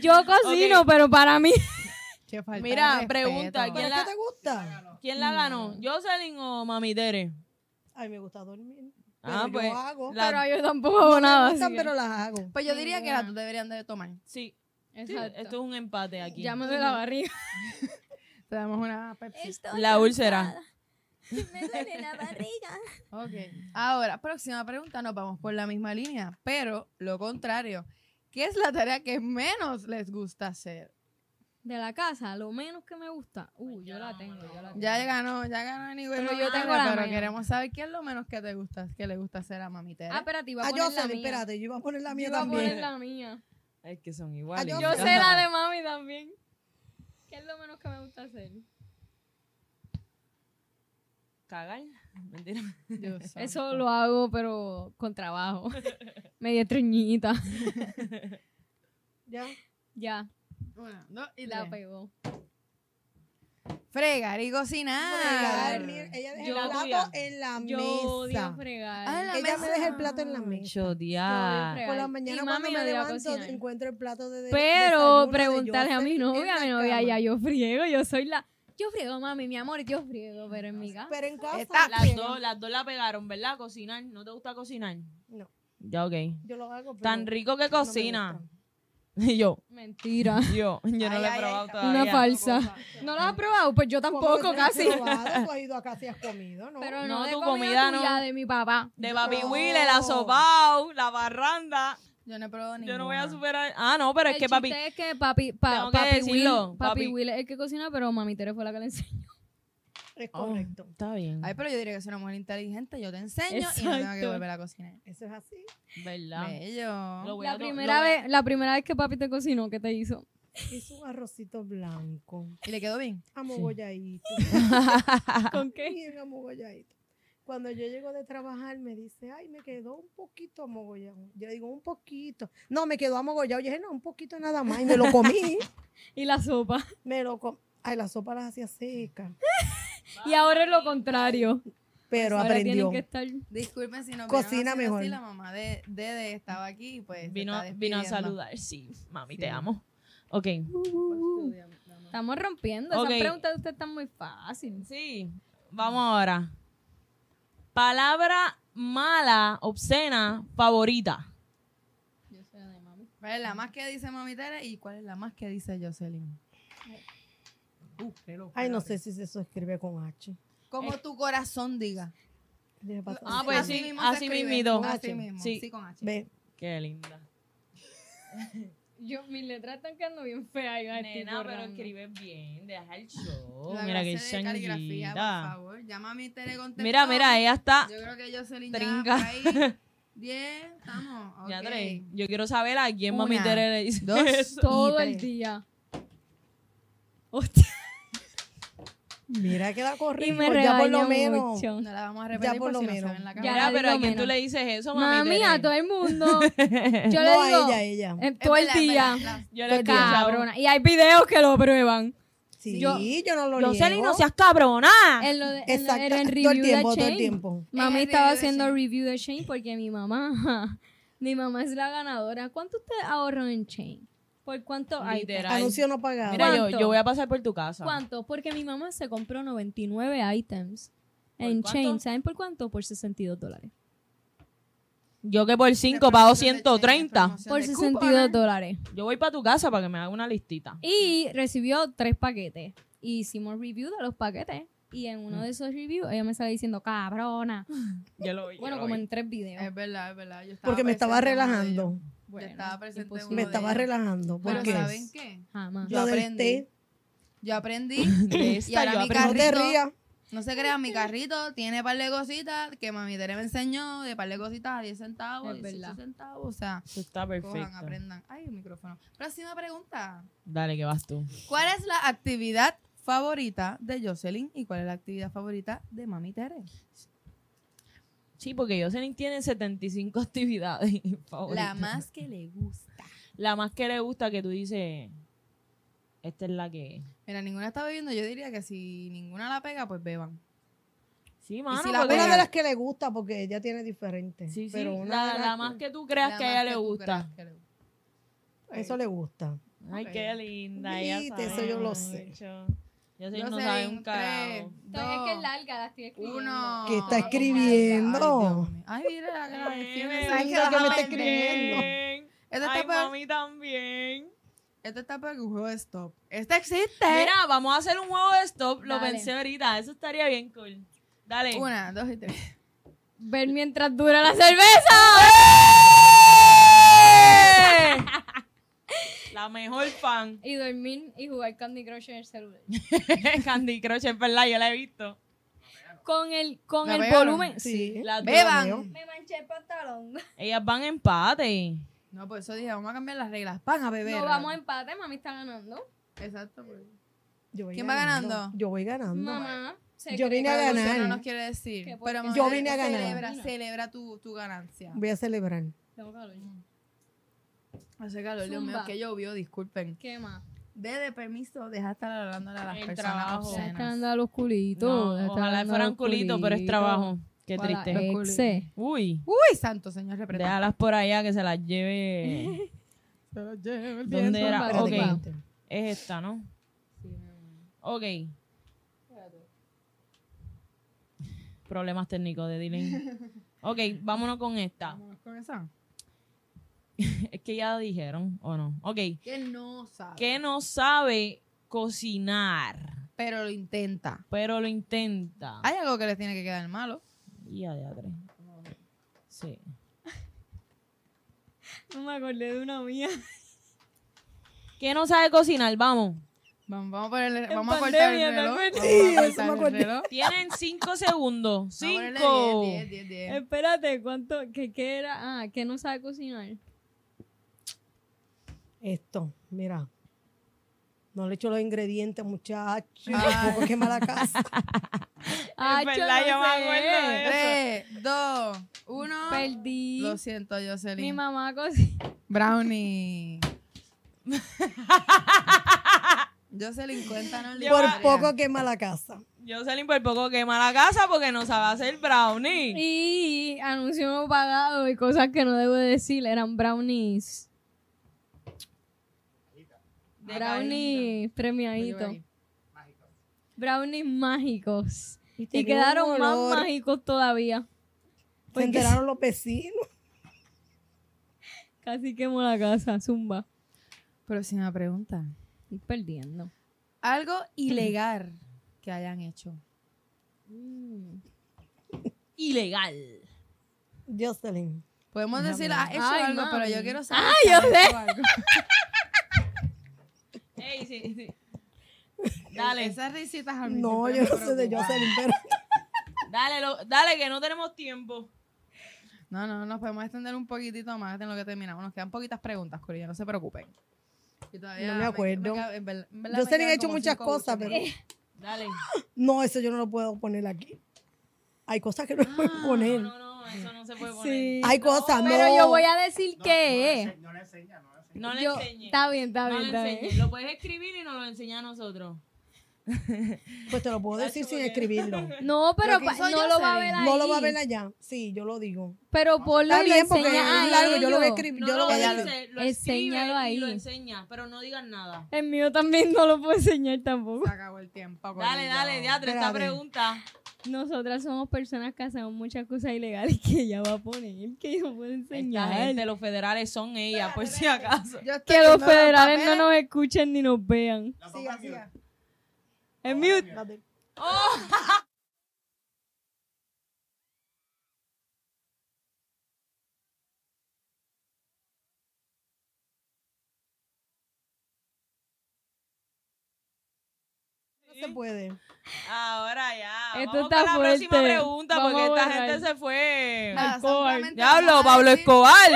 Speaker 3: Yo cocino, pero para mí.
Speaker 2: Che, falta
Speaker 1: Mira,
Speaker 2: de
Speaker 1: pregunta,
Speaker 2: respeto.
Speaker 5: ¿Pero
Speaker 1: ¿quién
Speaker 5: es
Speaker 1: la-
Speaker 5: que te gusta?
Speaker 1: ¿Quién la ganó?
Speaker 3: No.
Speaker 1: ¿Jocelyn o mami Tere?
Speaker 5: A mí me gusta dormir. Pero
Speaker 1: Ah,
Speaker 5: yo
Speaker 1: pues.
Speaker 5: hago.
Speaker 1: la-
Speaker 3: Pero yo tampoco hago nada.
Speaker 5: me gustan,
Speaker 3: así que-
Speaker 5: pero las hago.
Speaker 2: Pues yo diría que
Speaker 3: Ninguna.
Speaker 2: las dos deberían de tomar.
Speaker 1: Sí, sí,
Speaker 3: Exacto.
Speaker 1: esto es un empate aquí.
Speaker 3: Ya me duele la barriga.
Speaker 2: Te damos una Pepsi.
Speaker 1: La úlcera.
Speaker 3: Me duele la barriga.
Speaker 2: Ok. Ahora, próxima pregunta, nos vamos por la misma línea, pero lo contrario. ¿Qué es la tarea que menos les gusta hacer?
Speaker 3: De la casa, lo menos que me gusta. Uh, yo la tengo, yo la tengo.
Speaker 2: Ya ganó, ya ganó Nigel
Speaker 3: Pero yo
Speaker 2: Mamá,
Speaker 3: tengo la
Speaker 2: pero
Speaker 3: mía.
Speaker 2: queremos saber qué es lo menos que te gusta, que le gusta hacer a mamita.
Speaker 3: Ah, espérate, iba a
Speaker 5: A
Speaker 3: poner la
Speaker 5: Jocelyn,
Speaker 3: mía.
Speaker 5: espérate, yo iba a poner la
Speaker 3: Yo
Speaker 5: mía
Speaker 3: iba a poner
Speaker 5: también.
Speaker 3: la mía.
Speaker 1: Es que son iguales.
Speaker 5: Ah,
Speaker 3: Yo
Speaker 5: Yo
Speaker 3: sé
Speaker 5: sé.
Speaker 3: la de mami también. ¿Qué es lo menos que me gusta hacer?
Speaker 1: Cagar.
Speaker 3: [laughs]
Speaker 1: Mentira.
Speaker 3: Eso lo hago, pero con
Speaker 1: [laughs]
Speaker 3: trabajo. Media treñita.
Speaker 5: Ya.
Speaker 3: Ya,
Speaker 2: Una, dos y
Speaker 3: la
Speaker 2: la
Speaker 3: pegó.
Speaker 2: Fregar y
Speaker 5: Fregar,
Speaker 2: cocinar.
Speaker 5: mira, Ella deja
Speaker 1: Yo
Speaker 5: el
Speaker 1: la
Speaker 5: plato
Speaker 1: tuya.
Speaker 5: en la
Speaker 3: Ah. Yo odio
Speaker 5: mesa.
Speaker 3: fregar.
Speaker 2: Ah, la
Speaker 5: Ella me
Speaker 2: mesa.
Speaker 5: deja el plato en la mesa.
Speaker 1: Chotear.
Speaker 3: fregar.
Speaker 5: Por la
Speaker 3: Y
Speaker 5: mañana
Speaker 3: mami
Speaker 5: cuando me
Speaker 3: odia
Speaker 5: levanto
Speaker 3: cocinar.
Speaker 5: encuentro el plato de de- desayuno
Speaker 3: Pero
Speaker 5: de
Speaker 3: preguntarle a mi
Speaker 5: Joseph
Speaker 3: novia,
Speaker 5: en
Speaker 3: mi
Speaker 5: la
Speaker 3: novia
Speaker 5: cama.
Speaker 3: ya yo friego, yo soy la... Yo friego, mami, mi amor, yo friego, pero en mi casa...
Speaker 5: Pero en casa
Speaker 2: Está-
Speaker 1: Las dos, las dos la pegaron, ¿verdad? Cocinar. ¿No te gusta cocinar?
Speaker 5: No.
Speaker 1: Ya, ok.
Speaker 5: yo lo hago pero
Speaker 1: Tan rico que
Speaker 5: no me
Speaker 1: cocina. [laughs]
Speaker 5: gusta.
Speaker 1: Y yo,
Speaker 3: Mentira.
Speaker 1: yo, yo no
Speaker 2: Ay,
Speaker 1: lo he
Speaker 2: ay,
Speaker 1: probado
Speaker 2: ay,
Speaker 1: todavía.
Speaker 3: Una falsa. ¿No
Speaker 5: Ah.
Speaker 3: la has probado? Pues yo
Speaker 5: ¿Cómo
Speaker 3: tampoco,
Speaker 5: que tú has
Speaker 3: casi.
Speaker 5: probado? Tú has ido acá si has comido,
Speaker 3: [laughs]
Speaker 5: ¿no?
Speaker 3: Pero no,
Speaker 1: No,
Speaker 3: de
Speaker 1: tu
Speaker 3: comida
Speaker 1: comida no.
Speaker 3: tuya, de mi papá.
Speaker 1: De Baby
Speaker 5: No.
Speaker 1: Will, el asopao, la barranda.
Speaker 2: Yo no he probado ninguna.
Speaker 1: Yo no voy a superar. Ah, no, pero es
Speaker 3: El
Speaker 1: que papi.
Speaker 3: chiste es que papi, pa-
Speaker 1: Tengo que
Speaker 3: papi,
Speaker 1: decirlo,
Speaker 3: Will, papi
Speaker 1: papi.
Speaker 3: Will es el que cocina, pero mami Tere fue la que le enseñó.
Speaker 5: Es
Speaker 1: Oh,
Speaker 5: correcto.
Speaker 1: está bien.
Speaker 2: Ay, pero yo diría que soy una mujer inteligente, yo te enseño y no tengo que
Speaker 3: Exacto.
Speaker 2: volver a cocinar.
Speaker 5: Eso es así.
Speaker 1: ¿Verdad?
Speaker 2: Bello.
Speaker 1: Lo voy a
Speaker 3: La
Speaker 1: to- lo
Speaker 3: primera,
Speaker 1: voy a-
Speaker 3: vez, la primera vez que papi te cocinó, ¿qué te hizo?
Speaker 5: Hice un arrocito blanco.
Speaker 2: ¿Y le quedó bien?
Speaker 3: [laughs]
Speaker 5: Amogolladito.
Speaker 3: ¿Con qué?
Speaker 5: Bien amogolladito. Cuando yo llego de trabajar, me dice, ay, me quedó un poquito amogollado. Yo le digo, un poquito. No, me quedó amogollado. Yo dije, no, un poquito nada más. Y me lo comí.
Speaker 3: Y la sopa.
Speaker 5: me lo comí. Ay, la sopa las hacía seca.
Speaker 3: Y ahora es lo contrario.
Speaker 5: Pero
Speaker 3: Ahora tienen
Speaker 5: aprendió.
Speaker 3: que estar.
Speaker 2: Disculpen si no
Speaker 5: Cocina mejor.
Speaker 2: la mamá de Dede estaba aquí y pues. se
Speaker 1: Vino,
Speaker 2: está
Speaker 1: vino a
Speaker 2: despidiendo.
Speaker 1: saludar, sí. Mami, te
Speaker 2: Sí.
Speaker 1: amo. Ok.
Speaker 3: Estamos rompiendo.
Speaker 1: Ok.
Speaker 3: Esas preguntas de ustedes están muy fáciles.
Speaker 1: Sí. Vamos ahora. Palabra mala, obscena, favorita.
Speaker 3: Yo soy de mami.
Speaker 2: ¿Cuál es la más que dice Mami Tere y cuál es la más que dice Jocelyn? Uh, reloj,
Speaker 5: Ay, no
Speaker 2: reloj.
Speaker 5: sé si eso escribe con H.
Speaker 2: Como tu corazón diga.
Speaker 5: Deja pa' atrás.
Speaker 1: Ah, Eh. pues sí, así mismito.
Speaker 2: Con
Speaker 5: H.
Speaker 2: Así mismo,
Speaker 1: Sí.
Speaker 2: sí. con H.
Speaker 5: Ve,
Speaker 1: Qué linda.
Speaker 3: Yo, mis letras están quedando bien feas. yo las estoy
Speaker 1: Nena, pero
Speaker 3: borrando.
Speaker 1: escribes bien, deja el show.
Speaker 2: La
Speaker 1: Oh, mira
Speaker 2: clase
Speaker 1: qué
Speaker 2: de caligrafía, por
Speaker 1: changuita.
Speaker 2: favor. Llama a mi Tere contestó.
Speaker 1: Mira, mira, ella está.
Speaker 2: Yo creo que Jocelyn
Speaker 1: Trinca.
Speaker 2: ya por
Speaker 1: [laughs]
Speaker 2: ahí. Diez, estamos.
Speaker 1: Ya
Speaker 2: ok.
Speaker 1: tres. Yo quiero saber a quién mami
Speaker 2: Una,
Speaker 1: Tere le dice.
Speaker 2: dos.
Speaker 1: eso.
Speaker 3: Todo
Speaker 2: Y
Speaker 3: el
Speaker 2: tres.
Speaker 3: día. Hostia.
Speaker 5: mira que la corrí.
Speaker 3: Y me
Speaker 5: Ya por lo
Speaker 3: regañó
Speaker 5: menos.
Speaker 3: mucho.
Speaker 2: No la vamos a repetir
Speaker 5: Ya por
Speaker 2: por
Speaker 5: lo
Speaker 2: si no
Speaker 5: menos.
Speaker 2: se ve en la
Speaker 3: Ya.
Speaker 2: cámara.
Speaker 1: Mira, pero a
Speaker 3: digo
Speaker 1: quién tú
Speaker 3: menos.
Speaker 1: le dices eso, mami.
Speaker 3: Mami, a todo el
Speaker 5: [laughs]
Speaker 3: mundo. Yo
Speaker 5: no
Speaker 3: le digo.
Speaker 5: a ella, ella.
Speaker 3: eh,
Speaker 2: Es
Speaker 3: todo el
Speaker 2: verdad, es
Speaker 3: día.
Speaker 2: verdad, la-
Speaker 1: Yo le he cabrón.
Speaker 3: Cabrona. Y hay videos que lo prueban.
Speaker 5: Sí, yo,
Speaker 3: yo-
Speaker 5: no lo niego.
Speaker 1: Jocelyn, no seas cabrona.
Speaker 3: En lo de, en-
Speaker 5: Ah, Exacto,
Speaker 3: era en review
Speaker 5: todo el tiempo,
Speaker 3: de
Speaker 5: todo el
Speaker 3: Shane.
Speaker 5: tiempo.
Speaker 2: En
Speaker 3: Mami
Speaker 2: el
Speaker 3: estaba
Speaker 2: review de
Speaker 3: haciendo
Speaker 2: Shane.
Speaker 3: review de Shane porque mi mamá, [laughs] mi mamá es la ganadora. ¿Cuánto ustedes ahorran en Shane? ¿Por cuánto? hay?
Speaker 1: Literal.
Speaker 5: Anuncio no pagado.
Speaker 1: Mira, yo,
Speaker 3: Eh, ¿Cuánto?
Speaker 1: yo voy a pasar por tu casa.
Speaker 3: ¿Cuánto? Porque mi mamá se compró 99 items
Speaker 1: ¿Por
Speaker 3: en
Speaker 1: cuánto?
Speaker 3: Chain. ¿Saben por cuánto? Por 62 dólares.
Speaker 1: Yo que por 5 pago
Speaker 2: promoción de Shane,
Speaker 1: 130.
Speaker 2: promoción
Speaker 3: Por
Speaker 2: de
Speaker 3: 62
Speaker 2: Coupon.
Speaker 3: dólares.
Speaker 1: Yo voy para tu casa para que me haga una listita.
Speaker 3: Y recibió tres paquetes. Y hicimos review de los paquetes. Y en
Speaker 2: Mm.
Speaker 3: uno de esos reviews ella me sale diciendo, cabrona.
Speaker 1: Ya lo vi. ya
Speaker 3: Bueno,
Speaker 1: lo
Speaker 3: como
Speaker 1: vi.
Speaker 3: en tres videos.
Speaker 2: Es verdad, es verdad. yo estaba
Speaker 5: Porque me estaba
Speaker 2: presente en uno pues, de
Speaker 5: relajando.
Speaker 3: Bueno,
Speaker 2: estaba presente en
Speaker 3: imposible.
Speaker 5: Me
Speaker 2: uno de
Speaker 5: estaba
Speaker 2: ellos.
Speaker 5: relajando.
Speaker 2: ellos. Pero
Speaker 5: Porque
Speaker 2: ¿saben qué?
Speaker 3: Jamás.
Speaker 2: Yo
Speaker 5: lo del
Speaker 2: aprendí.
Speaker 5: té,
Speaker 2: Yo aprendí.
Speaker 5: [laughs]
Speaker 1: De esta
Speaker 2: y ahora
Speaker 1: yo
Speaker 2: mi
Speaker 5: no
Speaker 1: aprendí.
Speaker 5: te
Speaker 2: carrito.
Speaker 5: rías.
Speaker 2: No se crean, mi carrito tiene par de cositas que mami Tere me enseñó, de par de cositas a 10 centavos,
Speaker 3: Es
Speaker 2: 18
Speaker 3: verdad.
Speaker 2: centavos. O sea,
Speaker 1: Eso está
Speaker 2: cojan,
Speaker 1: perfecto.
Speaker 2: aprendan. Ay, el micrófono. Próxima pregunta.
Speaker 1: Dale, que vas tú.
Speaker 2: ¿Cuál es la actividad favorita de Jocelyn y cuál es la actividad favorita de mami Tere?
Speaker 1: Sí, porque Jocelyn tiene 75 [laughs] actividades favoritas.
Speaker 2: La más que le gusta.
Speaker 1: La más que le gusta que tú dices, esta es la que...
Speaker 2: Mira, ninguna está bebiendo. Yo diría que si ninguna la pega, pues beban.
Speaker 1: Sí, mano,
Speaker 2: si la
Speaker 1: porque-
Speaker 5: Una de las que le gusta porque ella tiene diferente.
Speaker 1: Sí, sí,
Speaker 5: pero una
Speaker 1: la,
Speaker 5: de las
Speaker 1: la más que tú creas
Speaker 2: La
Speaker 1: que
Speaker 2: más
Speaker 1: a ella le
Speaker 2: tú
Speaker 1: gusta.
Speaker 2: creas que le gusta.
Speaker 5: Eso le gusta.
Speaker 1: Ay,
Speaker 2: Ok.
Speaker 1: qué linda. Ella sabe
Speaker 5: Viste, eso yo lo
Speaker 1: mucho.
Speaker 5: sé.
Speaker 1: Jocelyn no sabe un
Speaker 2: Jocelyn, tres,
Speaker 1: carajo.
Speaker 3: Todavía es que es
Speaker 2: dos,
Speaker 3: larga, la estoy escribiendo.
Speaker 2: Uno.
Speaker 5: Que está
Speaker 2: Ay,
Speaker 5: escribiendo.
Speaker 2: Dios mío. Ay, mira la que la defiende. ¿Sabes qué?
Speaker 5: Ay, que me está
Speaker 2: Déjame ver.
Speaker 5: escribiendo.
Speaker 2: Esto
Speaker 1: Ay,
Speaker 2: está para
Speaker 1: mami también.
Speaker 2: Este está para un juego de stop. Este existe.
Speaker 1: Mira, vamos a hacer un juego de stop. Lo
Speaker 3: Dale.
Speaker 1: pensé ahorita. Eso estaría bien cool. Dale.
Speaker 2: Una, dos y tres.
Speaker 3: Ver mientras dura la cerveza.
Speaker 1: La mejor fan.
Speaker 3: Y dormir y jugar Candy Crush en el celular.
Speaker 1: Candy Crush, es verdad, yo la he visto.
Speaker 3: Con el, con
Speaker 2: La
Speaker 3: el
Speaker 2: pegaron.
Speaker 3: volumen.
Speaker 5: Sí.
Speaker 1: Las dos.
Speaker 2: Beban.
Speaker 3: Me manché el pantalón.
Speaker 1: Ellas van empate.
Speaker 2: No, por eso dije, vamos a cambiar las reglas. Van a beber.
Speaker 3: No, vamos a em- empate, mami está ganando.
Speaker 2: Exacto. pues.
Speaker 5: Yo voy
Speaker 2: ¿Quién va ganando?
Speaker 5: Yo voy ganando.
Speaker 3: Mamá, se
Speaker 5: Yo
Speaker 3: cree-
Speaker 5: vine a
Speaker 2: Pero
Speaker 5: ganar.
Speaker 2: Dulce no nos quiere decir.
Speaker 3: Que
Speaker 2: Pero
Speaker 3: porque-
Speaker 2: mamá,
Speaker 5: Yo vine a ganar.
Speaker 2: Celebra, celebra tu, tu ganancia.
Speaker 5: Voy a celebrar.
Speaker 3: Tengo calor.
Speaker 2: Hace calor, Dios mío,
Speaker 3: Zumba.
Speaker 2: que llovió, disculpen.
Speaker 3: ¿Qué más?
Speaker 2: Dede permiso, deja de estar hablando a las
Speaker 1: El
Speaker 2: personas
Speaker 1: trabajo.
Speaker 3: Ya están
Speaker 2: obscenas.
Speaker 3: dando a los culitos.
Speaker 1: No,
Speaker 3: ya están
Speaker 1: ojalá
Speaker 3: dando a
Speaker 1: fueran
Speaker 3: los
Speaker 1: culitos, pero es trabajo. Qué
Speaker 3: Ojalá, Eh.
Speaker 1: triste.
Speaker 2: Los
Speaker 3: exe.
Speaker 1: Uy,
Speaker 2: Uy, santo señor, reprenda.
Speaker 1: déjalas por allá que se las lleve. ¿Dónde era?
Speaker 3: Zumba,
Speaker 1: Ok,
Speaker 3: zumba.
Speaker 1: es esta, ¿no? Ok. Problemas técnicos de Dylan.
Speaker 3: [laughs]
Speaker 1: Ok, vámonos con esta.
Speaker 2: Vamos con esa.
Speaker 1: [laughs] Es que ya dijeron, ¿o no? Ok.
Speaker 2: Que no sabe.
Speaker 1: Que no sabe cocinar,
Speaker 2: Pero lo intenta.
Speaker 1: pero lo intenta.
Speaker 2: Hay algo que les tiene que quedar malo.
Speaker 1: Y a diadre. Sí.
Speaker 3: [laughs] No me acordé de una mía.
Speaker 1: Que no sabe cocinar, vamos.
Speaker 2: Vamos, vamos a ponerle,
Speaker 3: En
Speaker 2: vamos a cortar
Speaker 3: pandemia,
Speaker 2: el reloj.
Speaker 3: ¿no?
Speaker 2: Vamos
Speaker 5: Sí,
Speaker 2: a
Speaker 5: eso
Speaker 2: cortar
Speaker 5: me
Speaker 2: el
Speaker 5: acordé.
Speaker 2: reloj.
Speaker 1: Tienen cinco segundos.
Speaker 2: Vamos a ponerle
Speaker 1: Cinco.
Speaker 2: 10, 10, 10, 10.
Speaker 3: Espérate, ¿cuánto? ¿Qué, qué era? Ah, que no sabe cocinar.
Speaker 5: Esto, mira. No le echo los ingredientes, muchacho.
Speaker 3: Ah.
Speaker 2: Ay.
Speaker 5: Porque
Speaker 3: [laughs]
Speaker 5: quema la casa.
Speaker 3: Ay,
Speaker 1: verdad,
Speaker 3: yo
Speaker 1: yo
Speaker 3: no
Speaker 1: me acuerdo
Speaker 3: sé.
Speaker 1: de-
Speaker 2: Tres, dos, uno.
Speaker 3: Perdí.
Speaker 2: Lo siento, Jocelyn.
Speaker 3: Mi mamá cocina.
Speaker 2: Brownie. Jocelyn, cuéntanos la
Speaker 5: Por
Speaker 2: historia.
Speaker 5: poco quema la casa.
Speaker 1: Jocelyn por poco quema la casa porque no sabe hacer brownie.
Speaker 3: Y anuncio no pagado y cosas que no debo decir eran brownies.
Speaker 1: De
Speaker 3: Brownies premiaditos. Brownies mágicos. Y pues,
Speaker 5: tenía un
Speaker 3: quedaron más
Speaker 5: olor.
Speaker 3: mágicos todavía.
Speaker 5: Se
Speaker 3: Porque
Speaker 5: enteraron los vecinos.
Speaker 3: casi quemó la casa, zumba.
Speaker 2: Próxima pregunta.
Speaker 3: Estoy perdiendo.
Speaker 2: Algo ilegal que hayan hecho.
Speaker 1: Ilegal.
Speaker 5: Jocelyn.
Speaker 2: Podemos decir, has hecho
Speaker 3: Ay,
Speaker 2: algo, pero yo
Speaker 3: mami.
Speaker 2: quiero saber.
Speaker 3: Ah,
Speaker 2: si
Speaker 3: yo
Speaker 2: has
Speaker 3: sé.
Speaker 2: hecho algo.
Speaker 1: [laughs] Ey, sí, sí. Dale,
Speaker 2: Esas risitas a mí
Speaker 5: No,
Speaker 2: siempre
Speaker 5: yo
Speaker 2: me
Speaker 5: no sé de
Speaker 2: preocupan.
Speaker 5: Jocelyn, pero
Speaker 1: dale, lo- dale, que no tenemos tiempo.
Speaker 2: No, no, nos podemos extender un poquitito más en lo que terminamos. Nos quedan poquitas preguntas, Corilla, no se preocupen. Yo todavía
Speaker 5: No me acuerdo.
Speaker 2: queda- en verdad- en verdad me
Speaker 5: Jocelyn ha
Speaker 2: quedan
Speaker 5: hecho
Speaker 2: como
Speaker 5: muchas
Speaker 2: cinco
Speaker 5: cosas,
Speaker 2: buches,
Speaker 5: pero
Speaker 1: Dale.
Speaker 5: no, eso yo no lo puedo poner aquí. Hay cosas que no puedo poner.
Speaker 1: No, no, eso no se puede poner.
Speaker 3: Sí.
Speaker 5: Hay cosas, Ah, no.
Speaker 3: Ah, Pero yo voy a decir que es.
Speaker 1: No le
Speaker 3: Yo-
Speaker 1: enseñes.
Speaker 3: Está bien, está
Speaker 1: No
Speaker 3: bien,
Speaker 1: le
Speaker 3: está bien.
Speaker 1: enseñes. Lo puedes escribir y nos lo enseña a nosotros.
Speaker 5: Pues te lo puedo decir sin escribirlo.
Speaker 3: No, [laughs] pero
Speaker 2: Lo que
Speaker 3: pa-
Speaker 2: hizo
Speaker 3: no lo va a
Speaker 2: Jocelyn.
Speaker 3: ver ahí.
Speaker 5: No lo va a ver allá. Sí, yo lo digo.
Speaker 3: Pero ponlo
Speaker 5: Está
Speaker 3: y lo
Speaker 5: bien, porque es
Speaker 3: enseña a
Speaker 5: largo. Yo lo voy a
Speaker 3: ellos.
Speaker 5: escribir.
Speaker 1: No
Speaker 5: Yo lo
Speaker 1: lo
Speaker 5: voy a
Speaker 2: dice.
Speaker 5: decir.
Speaker 1: dices, lo
Speaker 3: Enséñalo
Speaker 1: escribes
Speaker 3: ahí.
Speaker 1: y lo enseña, pero no digas nada.
Speaker 3: El mío también no lo puedo enseñar tampoco.
Speaker 5: [laughs]
Speaker 2: Se acabó el tiempo.
Speaker 1: Dale,
Speaker 2: Corilla.
Speaker 1: dale, diatre, esta
Speaker 5: Espérate.
Speaker 1: pregunta.
Speaker 3: Nosotras somos personas que hacemos muchas cosas ilegales que ella va a poner, que yo puedo
Speaker 1: Esta
Speaker 3: enseñar.
Speaker 1: gente, los federales son ella, por si acaso.
Speaker 2: Yo estoy
Speaker 3: Que los
Speaker 2: viendo
Speaker 3: federales no
Speaker 2: papeles.
Speaker 3: nos escuchen ni nos vean.
Speaker 2: Siga, siga.
Speaker 3: Es mute.
Speaker 5: No se puede.
Speaker 1: Ahora ya.
Speaker 3: Esto
Speaker 1: Vamos
Speaker 3: está
Speaker 1: con la próxima
Speaker 3: fuerte.
Speaker 1: pregunta
Speaker 3: Vamos
Speaker 1: porque
Speaker 3: a
Speaker 1: esta
Speaker 3: borrar.
Speaker 1: gente se fue.
Speaker 2: Nada,
Speaker 3: Alcohol.
Speaker 2: solamente
Speaker 1: Diablo,
Speaker 2: vamos a
Speaker 1: Pablo
Speaker 2: decir- [laughs]
Speaker 1: Escobar.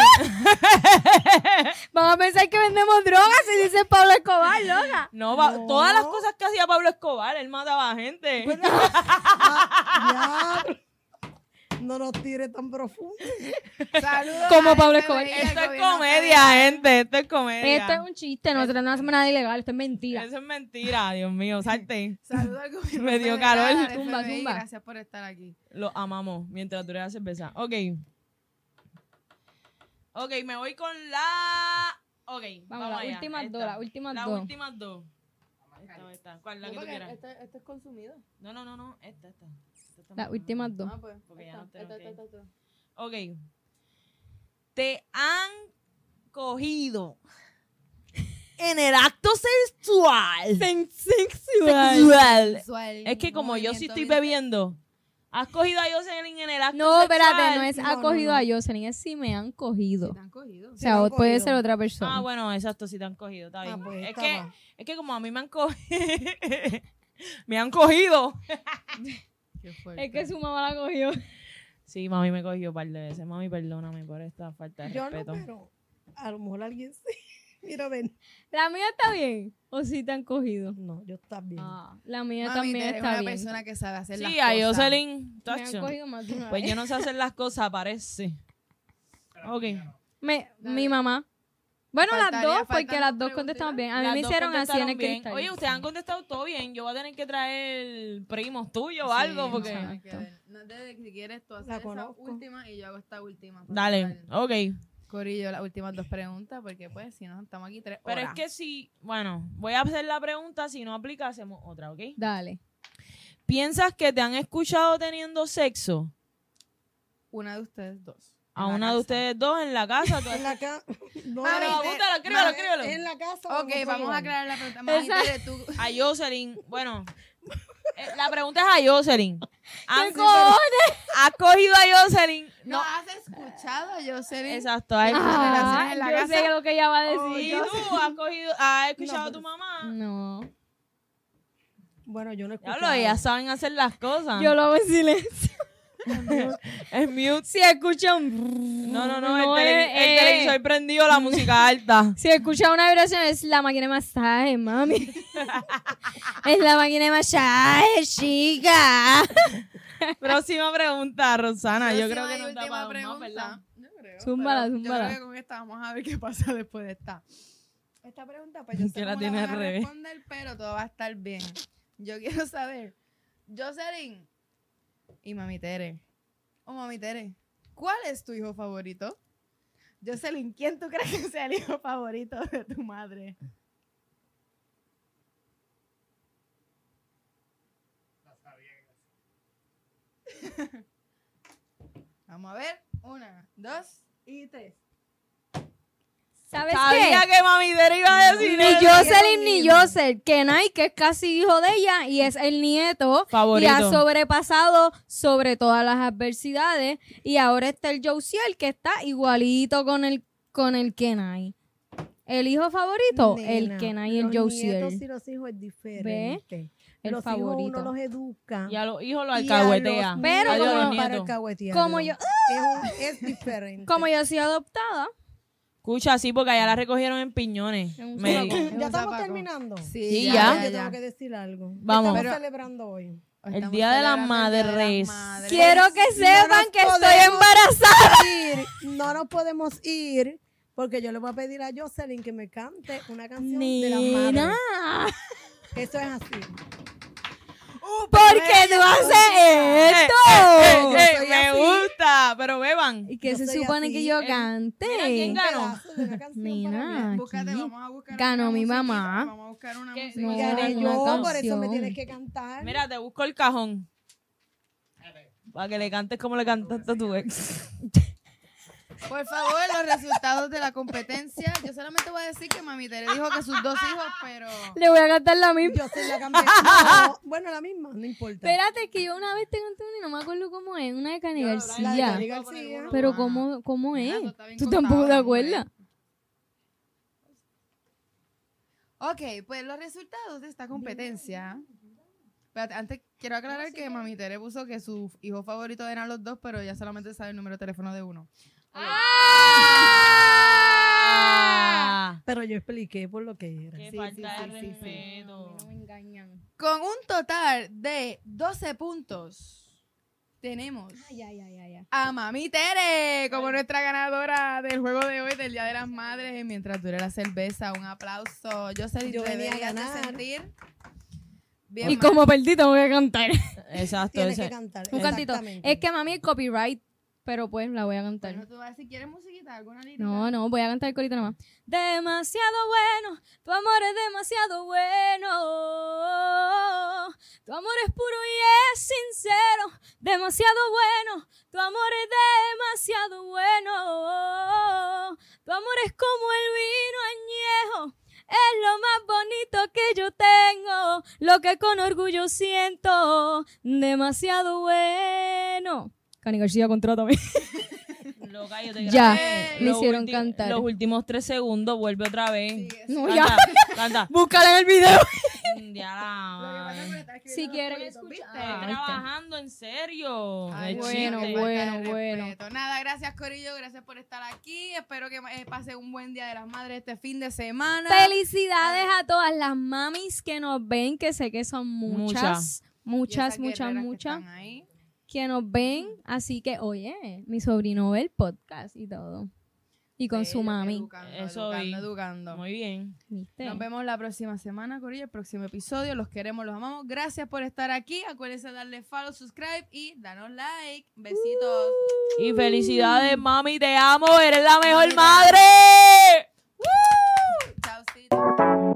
Speaker 3: Van a pensar que vendemos drogas si dice Pablo Escobar, loca.
Speaker 1: No, va-
Speaker 5: No.
Speaker 1: todas las cosas que hacía Pablo Escobar, él mataba a gente.
Speaker 2: Pues
Speaker 5: Ya. No nos tires tan profundo.
Speaker 2: Saludos
Speaker 3: Como
Speaker 2: a
Speaker 3: Pablo
Speaker 2: gente
Speaker 3: Escobar.
Speaker 2: bella
Speaker 1: esto
Speaker 2: que
Speaker 1: es
Speaker 2: vino
Speaker 1: comedia, gente. Esto es comedia.
Speaker 3: Esto es un chiste, nosotros no hacemos nada ilegal, esto es mentira.
Speaker 1: Eso es mentira, Dios mío. Salte.
Speaker 2: Saludos al gobierno
Speaker 1: Me dio
Speaker 2: federal,
Speaker 1: calor.
Speaker 2: al
Speaker 3: Zumba,
Speaker 2: FBI,
Speaker 3: zumba.
Speaker 2: Gracias por estar aquí.
Speaker 1: Lo amamos mientras tú la cerveza. Ok. Ok, me voy con la. Ok.
Speaker 3: Vamos, las
Speaker 1: allá,
Speaker 3: últimas
Speaker 1: esta.
Speaker 3: dos, las últimas
Speaker 1: Las
Speaker 3: dos.
Speaker 1: últimas dos. Esta, esta. ¿Cuál? La que tú quieras.
Speaker 2: este, es consumido.
Speaker 1: No, no, no, no. Esta, esta. Esta está muy
Speaker 3: Las
Speaker 1: buena.
Speaker 3: últimas dos.
Speaker 2: Ah, pues.
Speaker 1: Porque ya
Speaker 2: esta,
Speaker 1: no tenemos
Speaker 2: esta,
Speaker 1: que
Speaker 2: esta, esta, esta.
Speaker 1: Ok. Te han cogido en el acto
Speaker 5: [laughs]
Speaker 1: sexual.
Speaker 3: Sen- Sexual.
Speaker 1: Sexual.
Speaker 2: Suel-
Speaker 1: Es que como yo sí
Speaker 2: movimiento
Speaker 1: estoy
Speaker 2: bien-
Speaker 1: bebiendo, has cogido a Jocelyn en el acto
Speaker 3: No, espérate,
Speaker 1: sexual?
Speaker 3: no es
Speaker 5: No,
Speaker 3: ha
Speaker 5: no,
Speaker 3: cogido
Speaker 5: no.
Speaker 3: a Jocelyn, es si me han cogido.
Speaker 2: Sí, te han cogido.
Speaker 3: O sea,
Speaker 5: me han
Speaker 3: puede
Speaker 5: cogido.
Speaker 3: ser otra
Speaker 1: Ah,
Speaker 3: persona.
Speaker 1: bueno, exacto, sí te han cogido, está
Speaker 5: Ah,
Speaker 1: bien. es,
Speaker 5: pues, está
Speaker 1: que,
Speaker 5: mal.
Speaker 1: es que como a mí me han cogido, [laughs] me han cogido.
Speaker 2: Qué fuerte.
Speaker 3: Es que su mamá la cogió.
Speaker 1: Sí, mami me cogió un par de veces. Mami, perdóname por esta falta de
Speaker 5: Yo no,
Speaker 1: respeto.
Speaker 5: pero a lo mejor alguien [laughs] sí. Mira, ven.
Speaker 3: [laughs] ¿La mía está bien? ¿O sí te han cogido?
Speaker 5: No, yo también.
Speaker 3: Ah, la mía
Speaker 2: Mami,
Speaker 3: también
Speaker 2: tú eres
Speaker 3: está
Speaker 2: una
Speaker 3: bien.
Speaker 2: persona que sabe hacer las
Speaker 1: Sí,
Speaker 2: cosas.
Speaker 1: a Jocelyn,
Speaker 3: Me
Speaker 1: tacho.
Speaker 3: han cogido más de una
Speaker 1: Pues
Speaker 3: vez.
Speaker 1: yo no sé hacer las cosas, parece. Ok.
Speaker 3: Me-
Speaker 2: Dale.
Speaker 3: mi mamá. Bueno, las
Speaker 2: Faltaría-
Speaker 3: dos,
Speaker 2: faltan
Speaker 3: porque las
Speaker 2: dos
Speaker 3: dos
Speaker 2: preguntas.
Speaker 3: contestamos bien. A mí
Speaker 1: Las
Speaker 3: me
Speaker 1: dos
Speaker 3: hicieron así en
Speaker 1: contestaron
Speaker 3: el
Speaker 1: bien.
Speaker 3: cristal.
Speaker 1: Oye, ustedes han contestado todo bien. Yo voy a tener que traer primos tuyos o
Speaker 2: Sí,
Speaker 1: algo,
Speaker 2: no
Speaker 1: porque.
Speaker 2: sé, hay que
Speaker 3: Exacto.
Speaker 2: ver. No, desde que si quieres tú haces
Speaker 5: La
Speaker 2: esa
Speaker 5: conozco.
Speaker 2: última y yo hago esta última. para
Speaker 1: Dale,
Speaker 2: cerrar.
Speaker 1: ok.
Speaker 2: Corillo, las últimas dos preguntas, porque pues si no estamos aquí tres
Speaker 1: Pero
Speaker 2: horas.
Speaker 1: es que si. Bueno, voy a hacer la pregunta. Si no aplica, hacemos otra, ¿ok?
Speaker 3: Dale.
Speaker 1: ¿Piensas que te han escuchado teniendo sexo?
Speaker 2: Una de ustedes dos.
Speaker 1: A
Speaker 2: en la
Speaker 1: una de
Speaker 2: casa.
Speaker 1: ustedes dos en la casa. tú-
Speaker 5: En la casa. [laughs] No,
Speaker 2: Mami,
Speaker 1: Pero
Speaker 5: no,
Speaker 2: te-
Speaker 1: apúntalo, escríbelo,
Speaker 2: mami,
Speaker 1: escríbelo.
Speaker 5: eh, en la casa. o en
Speaker 2: Ok,
Speaker 5: otro
Speaker 2: vamos a
Speaker 5: lugar.
Speaker 2: aclarar la pregunta. Mami,
Speaker 3: Esa-
Speaker 2: dale
Speaker 1: [laughs]
Speaker 2: tú.
Speaker 1: A Jocelyn, bueno. eh, La pregunta es a Jocelyn. ¿Han
Speaker 3: ¿Qué cojones?
Speaker 1: ¿Has cogido a Jocelyn?
Speaker 2: No, has escuchado, Jocelyn.
Speaker 1: Exacto. ¿has escuchado?
Speaker 3: Ah,
Speaker 2: en la
Speaker 3: yo
Speaker 2: casa.
Speaker 3: sé lo que ella va a
Speaker 1: ¿Y
Speaker 3: decir.
Speaker 1: tú has, cogido, has escuchado a
Speaker 5: No,
Speaker 1: tu
Speaker 5: pero-
Speaker 1: mamá?
Speaker 3: No.
Speaker 5: Bueno, yo no escucho. Mm,
Speaker 1: Diablo, ellas saben hacer las cosas.
Speaker 3: Yo lo hago en silencio.
Speaker 1: Es mute.
Speaker 3: Si escucha un...
Speaker 1: No, no, no. el,
Speaker 3: es-
Speaker 1: tele- el
Speaker 3: es-
Speaker 1: televisor prendido, la música
Speaker 3: [laughs]
Speaker 1: alta.
Speaker 3: Si escucha una vibración es la máquina de masaje,
Speaker 5: [laughs]
Speaker 3: mami. es la máquina de masaje, chica.
Speaker 1: Próxima pregunta, Rosana. Ah, Yo creo que
Speaker 2: Próxima y
Speaker 1: nos da
Speaker 2: última
Speaker 1: para dos más, ¿verdad?
Speaker 2: pregunta. Yo creo,
Speaker 3: Zúmbala,
Speaker 2: pero
Speaker 3: zúmbala.
Speaker 2: Yo creo que con esta vamos a ver qué pasa [laughs] después de esta. Esta pregunta, pues yo
Speaker 1: [laughs]
Speaker 2: sé
Speaker 1: Que la
Speaker 2: cómo
Speaker 1: tiene
Speaker 2: van
Speaker 1: al
Speaker 2: a
Speaker 1: revés.
Speaker 2: responder, pero todo va a estar bien. Yo [laughs] quiero saber, Jocelyn y Mami Tere, o Mami Tere, ¿cuál es tu hijo favorito? Jocelyn, ¿quién tú crees que sea el hijo favorito de tu madre? Vamos a ver. Una, dos y tres.
Speaker 3: ¿Sabes
Speaker 1: Sabía
Speaker 3: qué?
Speaker 1: que mami Dere iba a decir
Speaker 3: Ni
Speaker 1: eso.
Speaker 3: Jocelyn ni Joseph, que Nike es casi hijo de ella y es el nieto.
Speaker 1: Favorito.
Speaker 3: Y ha sobrepasado sobre todas las adversidades. Y ahora está el Josiel, que está igualito con el, con el Kenai. El hijo favorito, el
Speaker 5: Nena,
Speaker 3: Kenai y el
Speaker 5: Los nietos
Speaker 3: Josiel.
Speaker 5: y los hijos es diferente.
Speaker 3: El
Speaker 5: los hijos
Speaker 3: favorito.
Speaker 5: uno los educa.
Speaker 1: Y a los hijos los
Speaker 5: y a
Speaker 1: alcahuetea.
Speaker 5: los
Speaker 3: Pero
Speaker 5: nietos
Speaker 3: como-
Speaker 5: los para
Speaker 1: nietos.
Speaker 5: alcahuetearlo.
Speaker 3: Como yo,
Speaker 5: Es, un- es diferente.
Speaker 3: como yo soy adoptada.
Speaker 1: Escucha, sí, porque allá la recogieron en piñones.
Speaker 3: En un
Speaker 1: Me-
Speaker 3: sobaco.
Speaker 5: ya
Speaker 2: Es un
Speaker 5: estamos
Speaker 2: zapaco.
Speaker 5: terminando.
Speaker 1: Sí,
Speaker 5: Ay,
Speaker 1: ya.
Speaker 5: Yo tengo que decir algo. ¿Qué
Speaker 1: Vamos.
Speaker 5: Estamos
Speaker 2: Pero-
Speaker 5: celebrando hoy.
Speaker 2: Hoy
Speaker 1: El
Speaker 2: estamos
Speaker 1: Día de las
Speaker 2: celebrando el Día de
Speaker 1: Madres.
Speaker 2: las Madres.
Speaker 3: Quiero que
Speaker 5: No nos
Speaker 3: sepan que estoy
Speaker 5: podemos
Speaker 3: embarazada.
Speaker 5: ir, no nos podemos ir porque yo le voy a pedir a Jocelyn que me cante una canción de la
Speaker 3: Nena.
Speaker 5: madre. Eso es así.
Speaker 3: ¿Por qué tú haces esto?
Speaker 1: Eh,
Speaker 5: soy
Speaker 1: me
Speaker 5: así.
Speaker 1: gusta, pero beban.
Speaker 3: ¿Y que
Speaker 5: Yo
Speaker 3: se
Speaker 5: soy
Speaker 3: supone
Speaker 5: así,
Speaker 3: que yo
Speaker 1: eh,
Speaker 3: cante?
Speaker 1: mira quién
Speaker 5: Un
Speaker 1: Ganó.
Speaker 5: pedazo de una canción para mí.
Speaker 3: Nena,
Speaker 2: Búscate,
Speaker 3: aquí.
Speaker 2: vamos a buscar
Speaker 3: Ganó
Speaker 2: una
Speaker 3: mi
Speaker 2: musiquita,
Speaker 3: mamá.
Speaker 2: Vamos a buscar una
Speaker 1: Que-
Speaker 2: música.
Speaker 3: No,
Speaker 5: Gané
Speaker 3: una
Speaker 5: yo, por eso me
Speaker 3: canción.
Speaker 5: tienes que cantar.
Speaker 1: Mira, te busco el cajón. Para que le cantes como le cantaste a tu ex.
Speaker 2: Por favor, los resultados de la competencia. Yo solamente voy a decir que mami Tere dijo que sus dos hijos, pero.
Speaker 3: Le voy a cantar la misma.
Speaker 5: Yo soy la
Speaker 3: [laughs]
Speaker 5: campeona. No, bueno, la misma, no importa.
Speaker 3: Espérate, que yo una vez te canté una y no me acuerdo cómo es. Una de Cani
Speaker 5: de
Speaker 3: García.
Speaker 5: Cani García.
Speaker 3: Pero
Speaker 2: Ah.
Speaker 3: ¿cómo, cómo es?
Speaker 2: Mira, eso está bien
Speaker 3: ¿Tú
Speaker 2: contado,
Speaker 3: tampoco te
Speaker 2: hombre.
Speaker 3: acuerdas?
Speaker 2: Ok, pues los resultados de esta competencia. Espérate, antes quiero aclarar que mami Tere puso que su hijo favorito eran los dos, pero ya solamente sabe el número de teléfono de uno.
Speaker 1: ¡Ah!
Speaker 5: Pero yo expliqué por lo que era.
Speaker 1: ¡Qué
Speaker 2: sí,
Speaker 1: falta
Speaker 2: sí,
Speaker 1: de
Speaker 2: sí, sí.
Speaker 1: respeto!
Speaker 2: Con un total de 12 puntos, tenemos a Mami Tere como nuestra ganadora del juego de hoy del Día de las Madres. Mientras dure la cerveza, un aplauso. Yo sé
Speaker 5: Yo venía a
Speaker 2: deberías de
Speaker 5: ganar.
Speaker 2: sentir. Bien,
Speaker 3: Y
Speaker 2: ma-
Speaker 3: como perdí, tengo que cantar.
Speaker 1: Exacto.
Speaker 5: Tienes que
Speaker 1: ese-
Speaker 5: cantar.
Speaker 3: Un cantito.
Speaker 5: exactamente.
Speaker 3: Es que mami es copyright, pero pues la voy a cantar.
Speaker 2: Bueno, tú vas a decir, ¿quieres musiquita? ¿Alguna lírica?
Speaker 3: No, no, voy a cantar el corito nomás. Demasiado bueno, tu amor es demasiado bueno. Tu amor es puro y es sincero. Demasiado bueno, tu amor es demasiado bueno. Tu amor es como el vino añejo. Es lo más bonito que yo tengo, lo que con orgullo siento, demasiado bueno. Cani García, [laughs] contrátame.
Speaker 1: Loca, yo te
Speaker 3: Ya,
Speaker 1: grabé.
Speaker 2: me
Speaker 1: Los
Speaker 3: hicieron
Speaker 1: ulti-
Speaker 3: cantar.
Speaker 1: Los últimos tres segundos, vuelve otra vez.
Speaker 2: Sigue,
Speaker 3: No, ya.
Speaker 1: Canta, canta.
Speaker 3: Búscala en el video.
Speaker 1: Ya la
Speaker 2: Lo que pasa es que
Speaker 1: madre.
Speaker 2: está escribiendo
Speaker 3: Si
Speaker 2: los
Speaker 3: quieren
Speaker 2: coritos,
Speaker 3: escuchar.
Speaker 2: ¿viste?
Speaker 3: Ah,
Speaker 1: Estoy
Speaker 3: ahí está.
Speaker 1: trabajando, en serio.
Speaker 2: Ay,
Speaker 1: Qué
Speaker 3: bueno,
Speaker 1: chiste.
Speaker 2: qué falta de
Speaker 3: bueno,
Speaker 2: respeto. Nada, gracias Corillo, gracias por estar aquí. Espero que eh, pase un buen día de las madres este fin de semana.
Speaker 3: Felicidades a todas las mamis que nos ven, que sé que son muchas,
Speaker 2: Y esas
Speaker 3: muchas, muchas,
Speaker 2: guerreras que
Speaker 3: muchas,
Speaker 2: están ahí.
Speaker 3: que, nos ven. Así que, oye, mi sobrino ve el podcast y todo. Y con su
Speaker 2: Ellos
Speaker 3: mami.
Speaker 2: eh, Educando,
Speaker 1: Eso vi.
Speaker 2: educando, educando.
Speaker 1: Muy bien.
Speaker 3: ¿viste?
Speaker 2: Nos vemos la próxima semana, Corillo, el próximo episodio. Los queremos, los amamos. Gracias por estar aquí. Acuérdense de darle follow, subscribe y danos like. Besitos.
Speaker 1: Y felicidades, mami, te amo, eres la mejor
Speaker 2: Mami, te
Speaker 1: madre.
Speaker 2: Chaucito.